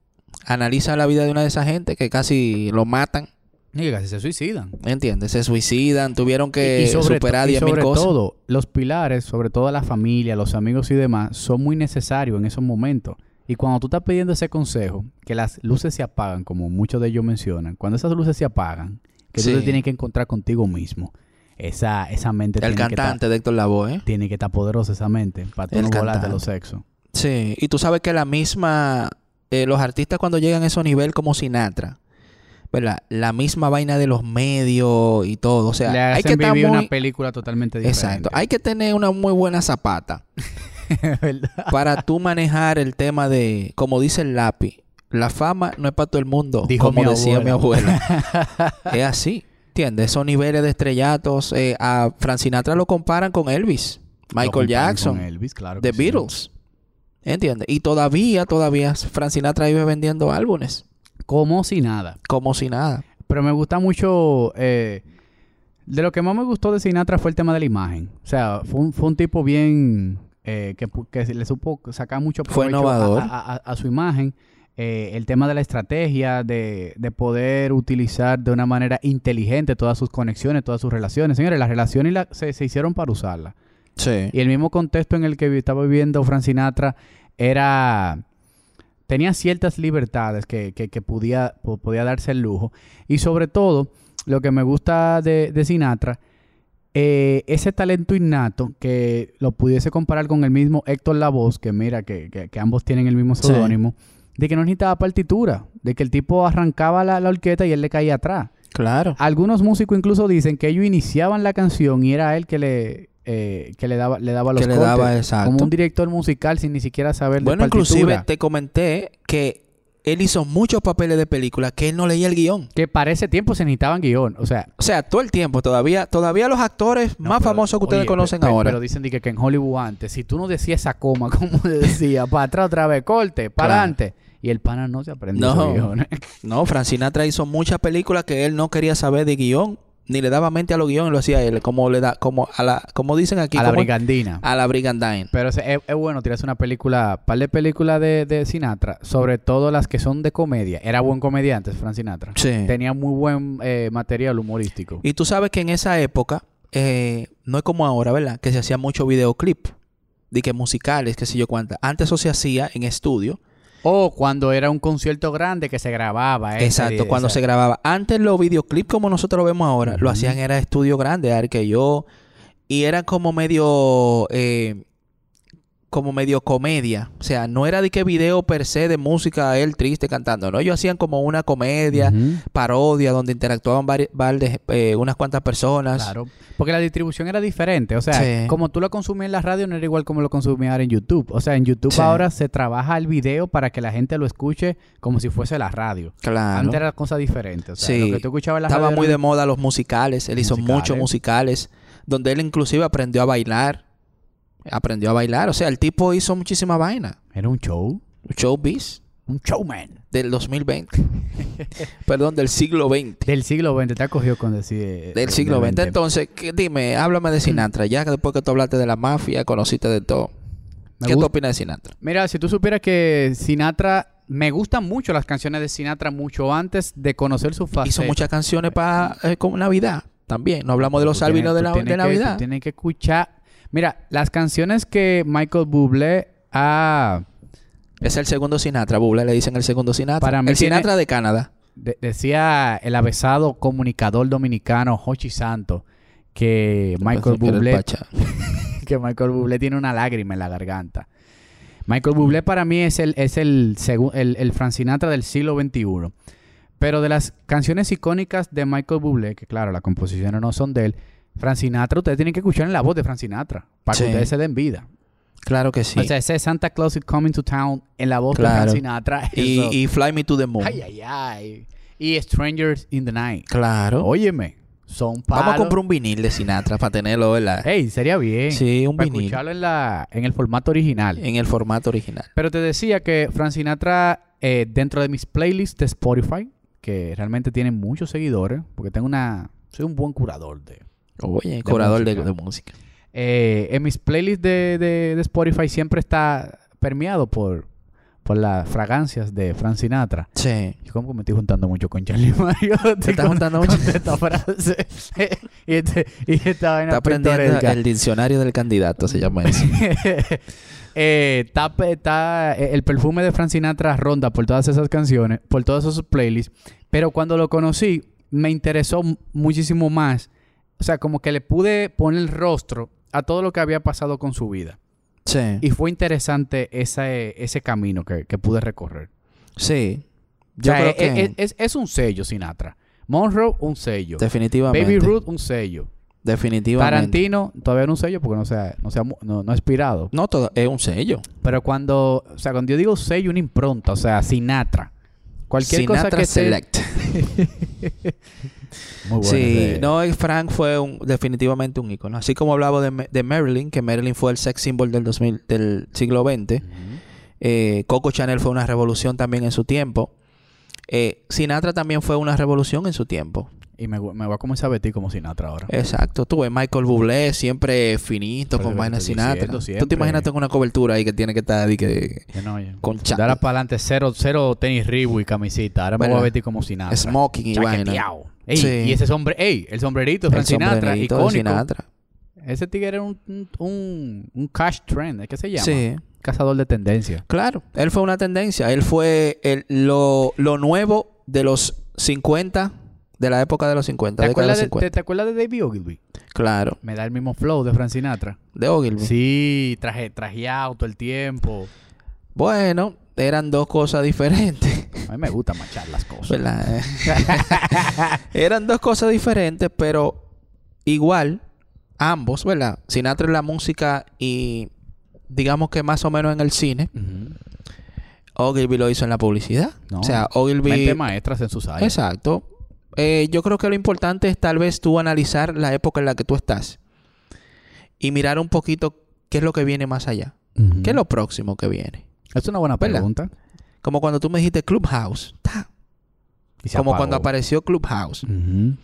E: Analiza la vida de una de esas gente que casi lo matan,
B: Y que casi se suicidan.
E: ¿entiendes? Se suicidan, tuvieron que
B: y sobre
E: superar
B: to- y
E: 10.000
B: sobre
E: cosas.
B: todo, los pilares, sobre todo la familia, los amigos y demás, son muy necesarios en esos momentos. Y cuando tú estás pidiendo ese consejo, que las luces se apagan, como muchos de ellos mencionan, cuando esas luces se apagan, que
E: Sí.
B: tú te tienes que encontrar contigo mismo, esa, esa mente
E: El
B: tiene que
E: cantante de Héctor Lavoe, ¿eh?
B: estar- tiene que estar poderosa esa mente para tú
E: El
B: no volarte
E: cantante.
B: los sexos.
E: Sí, y tú sabes que la misma, eh, los artistas cuando llegan a ese nivel como Sinatra, ¿verdad? La misma vaina de los medios y todo, o sea,
B: Le
E: hay que
B: hacen
E: estar
B: vivir
E: muy...
B: una película totalmente diferente.
E: Exacto, hay que tener una muy buena zapata
B: Es verdad.
E: para tú manejar el tema de, como dice el lápiz, la fama no es para todo el mundo,
B: Dijo
E: como
B: mi
E: decía mi
B: abuela.
E: abuela. es así, ¿entiendes? Esos niveles de estrellatos, eh, a Frank Sinatra lo comparan con Elvis,
B: Lo comparan
E: Michael Jackson.
B: con Elvis, claro
E: The
B: que sí.
E: Beatles. ¿Entiendes? Y todavía, todavía, Francina vive vendiendo álbumes.
B: Como si nada.
E: Como si nada.
B: Pero me gusta mucho. eh, de lo que más me gustó de Sinatra fue el tema de la imagen. O sea, fue un, fue un tipo bien. eh, que, pu- que le supo sacar mucho
E: Fue
B: provecho
E: innovador.
B: A, a- a- a su imagen. Eh, el tema de la estrategia, de, de poder utilizar de una manera inteligente todas sus conexiones, todas sus relaciones. Señores, las relaciones la- se, se hicieron para usarlas.
E: Sí.
B: Y el mismo contexto en el que vi- estaba viviendo Frank Sinatra era... Tenía ciertas libertades que, que- que podía, po- podía darse el lujo. Y sobre todo, lo que me gusta de, de Sinatra, eh, ese talento innato que lo pudiese comparar con el mismo Héctor Lavoz, que mira, que, que- que ambos tienen el mismo
E: Sí.
B: seudónimo, de que no necesitaba partitura, de que el tipo arrancaba la, la orquesta y él le caía atrás.
E: Claro.
B: Algunos músicos incluso dicen que ellos iniciaban la canción y era él que le, eh, que le daba, le daba los
E: Que le
B: cortes.
E: daba exacto.
B: Como un director musical sin ni siquiera saber
E: Bueno,
B: de partitura.
E: inclusive te comenté que él hizo muchos papeles de película que él no leía el guión.
B: Que para ese tiempo se necesitaban guión. O sea...
E: O sea, todo el tiempo, todavía, todavía los actores
B: no,
E: más
B: pero-
E: famosos que ustedes
B: oye,
E: conocen
B: pe- pe-
E: ahora.
B: Pero dicen de que, que en Hollywood antes, si tú no decías esa coma, como decía, para atrás otra vez, corte, para
E: Claro.
B: adelante. Y el pana no se aprende
E: No.
B: esos guiones.
E: No, Francina hizo muchas películas que él no quería saber de guión, ni le daba mente a los guiones, lo hacía él, como le da, como a la, como dicen aquí,
B: A la
E: como-
B: brigandina.
E: a la brigandine.
B: Pero se- es, es bueno tirarse una película, par de películas de, de Sinatra, sobre todo las que son de comedia. Era buen comediante, Frank Sinatra.
E: Sí.
B: Tenía muy buen eh, material humorístico.
E: Y tú sabes que en esa época, eh, no es como ahora, ¿verdad? Que se hacía mucho videoclip. De que musicales, qué sé yo cuánta. Antes eso se hacía en estudio.
B: O cuando era un concierto grande que se grababa. eh,
E: Exacto,
B: serie-
E: cuando
B: esa-
E: se grababa. Antes los videoclips, como nosotros lo vemos ahora, lo
B: Ujú.
E: hacían era estudio grande, ar que yo. Y eran como medio eh, como medio comedia. O sea, no era de que video per se de música, él triste cantando. No, ellos hacían como una comedia,
B: Ujú.
E: parodia, donde interactuaban vari- valdes- eh, unas cuantas personas.
B: Claro. Porque la distribución era diferente. O sea,
E: Sí.
B: como tú lo consumías en la radio, no era igual como lo consumías ahora en YouTube. O sea, en YouTube
E: Sí.
B: ahora se trabaja el video para que la gente lo escuche como si fuese la radio.
E: Claro.
B: Antes era cosa diferente. O sea,
E: Sí.
B: lo que tú escuchabas en la
E: Estaba
B: radio
E: muy
B: era-
E: de moda los musicales. Él hizo
B: Musicales.
E: muchos musicales, donde él inclusive aprendió a bailar. Aprendió a bailar. O sea, el tipo hizo muchísima vaina.
B: Era un show.
E: Showbiz
B: Un showman.
E: del 2020. Perdón, del siglo XX.
B: Del siglo XX. Te ha cogido con decir... eh,
E: Del siglo XX.
B: XX.
E: Entonces, ¿qué- dime, háblame de Sinatra. Ya que después que tú hablaste de la mafia, conociste de todo.
B: Me
E: ¿Qué tú
B: gusta-
E: opinas de Sinatra?
B: Mira, si tú supieras que Sinatra... Me gustan mucho las canciones de Sinatra mucho antes de conocer su faceta.
E: Hizo muchas canciones para Navidad también. No hablamos de los
B: Tú tienes-
E: álbinos de,
B: tú
E: la,
B: tienes
E: de
B: que-
E: Navidad.
B: tú tienes que escuchar. Mira, las canciones que Michael Bublé ha
E: Es el segundo Sinatra. Bubla le dicen el segundo Sinatra.
B: Para mí
E: el
B: tiene-
E: Sinatra de Canadá.
B: de- decía el avesado comunicador dominicano Hochi Santo que
E: Pensé
B: Michael
E: que era el
B: Bublé
E: Pachá.
B: que Michael Bublé tiene una lágrima en la garganta. Michael Bublé para mí es el es el segu- el, el Frank Sinatra del siglo XXI. Pero de las canciones icónicas de Michael Bublé, que claro, las composiciones no son de él, Frank Sinatra, ustedes tienen que escuchar en la voz de Frank Sinatra para
E: Sí.
B: que ustedes se den vida.
E: Claro que sí.
B: O sea, ese Santa Claus is coming to town en la voz de
E: Claro.
B: Frank Sinatra.
E: y,
B: eso.
E: y Fly Me to the Moon.
B: ay, ay, ay. Y Strangers in the Night.
E: Claro.
B: Óyeme, son palos.
E: Vamos a comprar un vinil de Sinatra para tenerlo, ¿verdad?
B: Ey, sería bien.
E: Sí, un
B: para
E: vinil.
B: escucharlo en, la, en el formato original.
E: En el formato original.
B: Pero te decía que Frank Sinatra, eh, dentro de mis playlists de Spotify, que realmente tienen muchos seguidores, porque tengo una... Soy un buen curador de...
E: Oye, curador de,
B: música.
E: de música.
B: Eh, en mis playlists de, de- de Spotify siempre está permeado por, por las fragancias de Frank Sinatra.
E: Sí.
B: Yo como que me estoy juntando mucho con Charlie Mario. Estoy
E: estás
B: con-
E: juntando
B: con
E: mucho?
B: Esta frase. y, este- y esta vaina
E: Está aprendiendo
B: pintoresca.
E: el diccionario del candidato, se llama eso.
B: Eh, está, pe- está- eh, el perfume de Frank Sinatra ronda por todas esas canciones, por todos esos playlists. Pero cuando lo conocí, me interesó mu- muchísimo más. O sea, como que le pude poner el rostro a todo lo que había pasado con su vida.
E: Sí.
B: Y fue interesante ese, ese camino que, que pude recorrer.
E: Sí.
B: O
E: Yo
B: sea,
E: creo
B: eh, eh,
E: que
B: es, es un sello, Sinatra. Monroe, un sello.
E: definitivamente.
B: Baby Ruth, un sello.
E: Definitivamente.
B: Tarantino, todavía no un sello porque no, sea, no, sea, mu- no, no ha expirado.
E: No, todo, es un sello.
B: Pero cuando, o sea, cuando yo digo sello, una impronta, o sea, Sinatra. Cualquier
E: Sinatra
B: cosa que esté-
E: Select.
B: Muy bueno
E: sí,
B: ese-
E: no, y Frank fue un- definitivamente un ícono. Así como hablaba de, Ma- de Marilyn, que Marilyn fue el sex symbol del, 2000, del siglo XX. eh, Coco Chanel fue una revolución también en su tiempo. Eh, Sinatra también fue una revolución en su tiempo.
B: Y me, gu- me voy a comenzar a vestir como Sinatra
E: Eh,
B: ahora.
E: Exacto. Tú ves Michael Bublé siempre finito
B: Pero
E: con
B: lo que
E: vaina de
B: estoy
E: Sinatra.
B: diciendo
E: Tú te
B: siempre.
E: imaginas con una cobertura ahí que tiene que estar ahí que...
B: Que no, oye.
E: con cha-
B: Dar para adelante cero, cero tenis Reebok y camisita. Ahora me
E: Bueno,
B: voy a vestir como Sinatra.
E: smoking y vaina.
B: Chaqueteado. Ey,
E: Sí.
B: Y ese sombre, ey, el sombrerito,
E: El
B: Frank Sinatra,
E: sombrerito de
B: icónico.
E: Sinatra.
B: Ese tigre era un, un- un, un cash trend, ¿eh? ¿qué se llama?
E: Sí.
B: Cazador de tendencia.
E: Claro, él fue una tendencia. Él fue el- lo, lo nuevo de los 50, de la época de los 50, década
B: ¿Te
E: de
B: acuerdas
E: los
B: de, te,
E: 50.
B: te acuerdas de David Ogilvy?
E: Claro,
B: Me da el mismo flow de Frank Sinatra.
E: de Ogilvy.
B: Sí, traje, trajeado todo el tiempo.
E: Bueno, eran dos cosas diferentes,
B: A mí me gusta machar las cosas.
E: ¿verdad? eran dos cosas diferentes, pero igual, ambos, ¿verdad? Sinatra en la música y digamos que más o menos en el cine.
B: Ujú.
E: Ogilvy lo hizo en la publicidad.
B: No.
E: O sea, Ogilvy...
B: Mente maestras en sus áreas.
E: Exacto. Eh, yo creo que lo importante es tal vez tú analizar la época en la que tú estás y mirar un poquito qué es lo que viene más allá,
B: Ujú.
E: qué es lo próximo que viene.
B: Es una buena
E: ¿Verdad?
B: pregunta.
E: Como cuando tú me dijiste Clubhouse, ta,
B: Y se
E: como
B: apagó.
E: cuando apareció Clubhouse.
B: Ujú.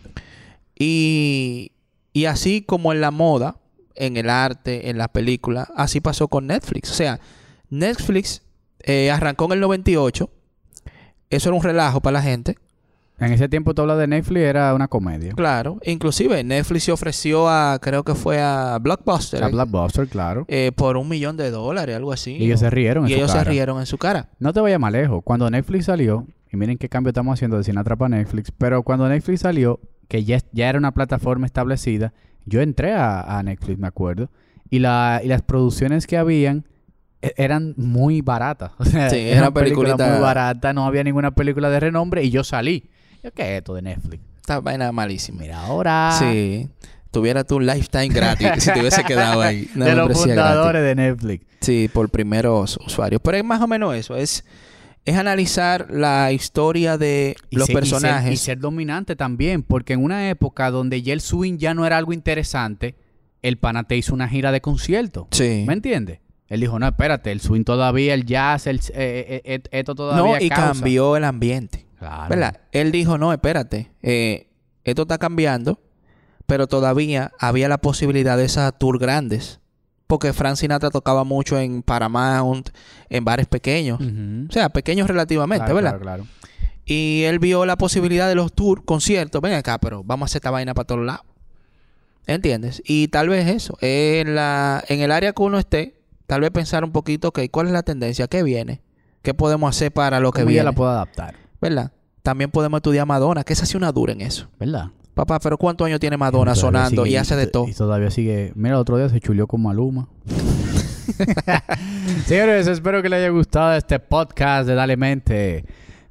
E: Y, y así como en la moda, en el arte, en las películas, así pasó con Netflix. O sea, Netflix eh, arrancó en el 98, eso era un relajo para la gente.
B: En ese tiempo tú hablas de Netflix, era una comedia.
E: Claro, inclusive Netflix se ofreció a, creo que fue a Blockbuster,
B: La Blockbuster, claro.
E: eh, por un millón de dólares, algo así.
B: y ellos se rieron. en
E: Y
B: su
E: ellos se
B: cara.
E: rieron en su cara.
B: No te vayas más lejos. Cuando Netflix salió, y miren qué cambio estamos haciendo de Sinatra para Netflix, pero cuando Netflix salió, que ya, ya era una plataforma establecida, yo entré a, a Netflix, me acuerdo, y, la, y las producciones que habían e- eran muy baratas. O sea,
E: Sí,
B: eran
E: eran
B: películas
E: peliculita-
B: muy baratas, no había ninguna película de renombre y yo salí. Yo, ¿qué es esto de Netflix?
E: Esta vaina malísima.
B: Mira ahora.
E: Sí. Tuviera tu lifetime gratis si te hubiese quedado ahí. Una
B: de los
E: membresía
B: fundadores de Netflix.
E: gratis. Sí, por primeros usuarios. Pero es más o menos eso. Es, es analizar la historia de
B: Y
E: los
B: ser- y ser-
E: personajes.
B: Y ser, dominante también, porque en una época donde ya el swing ya no era algo interesante, el pana te hizo una gira de concierto.
E: Sí.
B: ¿Me entiendes? Él dijo, no, espérate, el swing todavía, el jazz, el, eh, eh, eh, esto todavía
E: No, y
B: causa".
E: cambió el ambiente.
B: Claro.
E: ¿Verdad? Él dijo, no, espérate. eh, esto está cambiando. Pero todavía había la posibilidad de esas tours grandes. Porque Frank Sinatra tocaba mucho en Paramount, en bares pequeños.
B: Ujú.
E: O sea, pequeños relativamente,
B: Claro,
E: ¿verdad?
B: claro, claro.
E: Y él vio la posibilidad de los tours, conciertos. Ven acá, pero vamos a hacer esta vaina para todos lados. ¿Entiendes? Y tal vez eso. En, la, en el área que uno esté, tal vez pensar un poquito, ok, ¿cuál es la tendencia? ¿Qué viene? ¿Qué podemos hacer para lo que
B: ¿Cómo
E: viene?
B: ya la puedo adaptar?
E: ¿Verdad? También podemos estudiar a Madonna, que esa sí una dura en eso.
B: ¿Verdad?
E: Papá, pero ¿cuántos años tiene Madonna
B: Todavía
E: sonando
B: sigue-
E: y hace de
B: to-
E: todo?
B: Y todavía sigue. Mira, el otro día se chuleó con Maluma. Señores, espero que les haya gustado este podcast de Dale Mente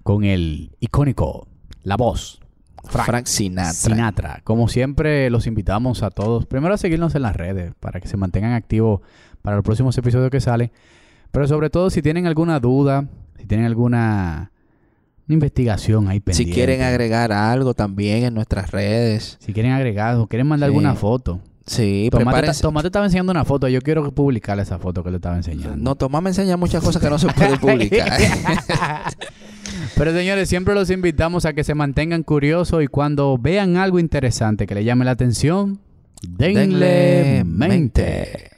B: con el icónico, la voz,
E: Frank, Sinatra.
B: Sinatra. Como siempre, los invitamos a todos. Primero a seguirnos en las redes para que se mantengan activos para los próximos episodios que salen. Pero sobre todo, si tienen alguna duda, si tienen alguna investigación ahí pendiente.
E: Si quieren agregar algo también en nuestras redes.
B: Si quieren agregar o quieren mandar
E: Sí.
B: alguna foto.
E: Sí,
B: Tomate,
E: prepárense.
B: ta- Tomate estaba enseñando una foto. Yo quiero publicar esa foto que le estaba enseñando.
E: No, Tomás me enseña muchas cosas que no se pueden publicar.
B: Pero señores, siempre los invitamos a que se mantengan curiosos y cuando vean algo interesante que le llame la atención, denle,
E: Denle
B: mente.
E: mente.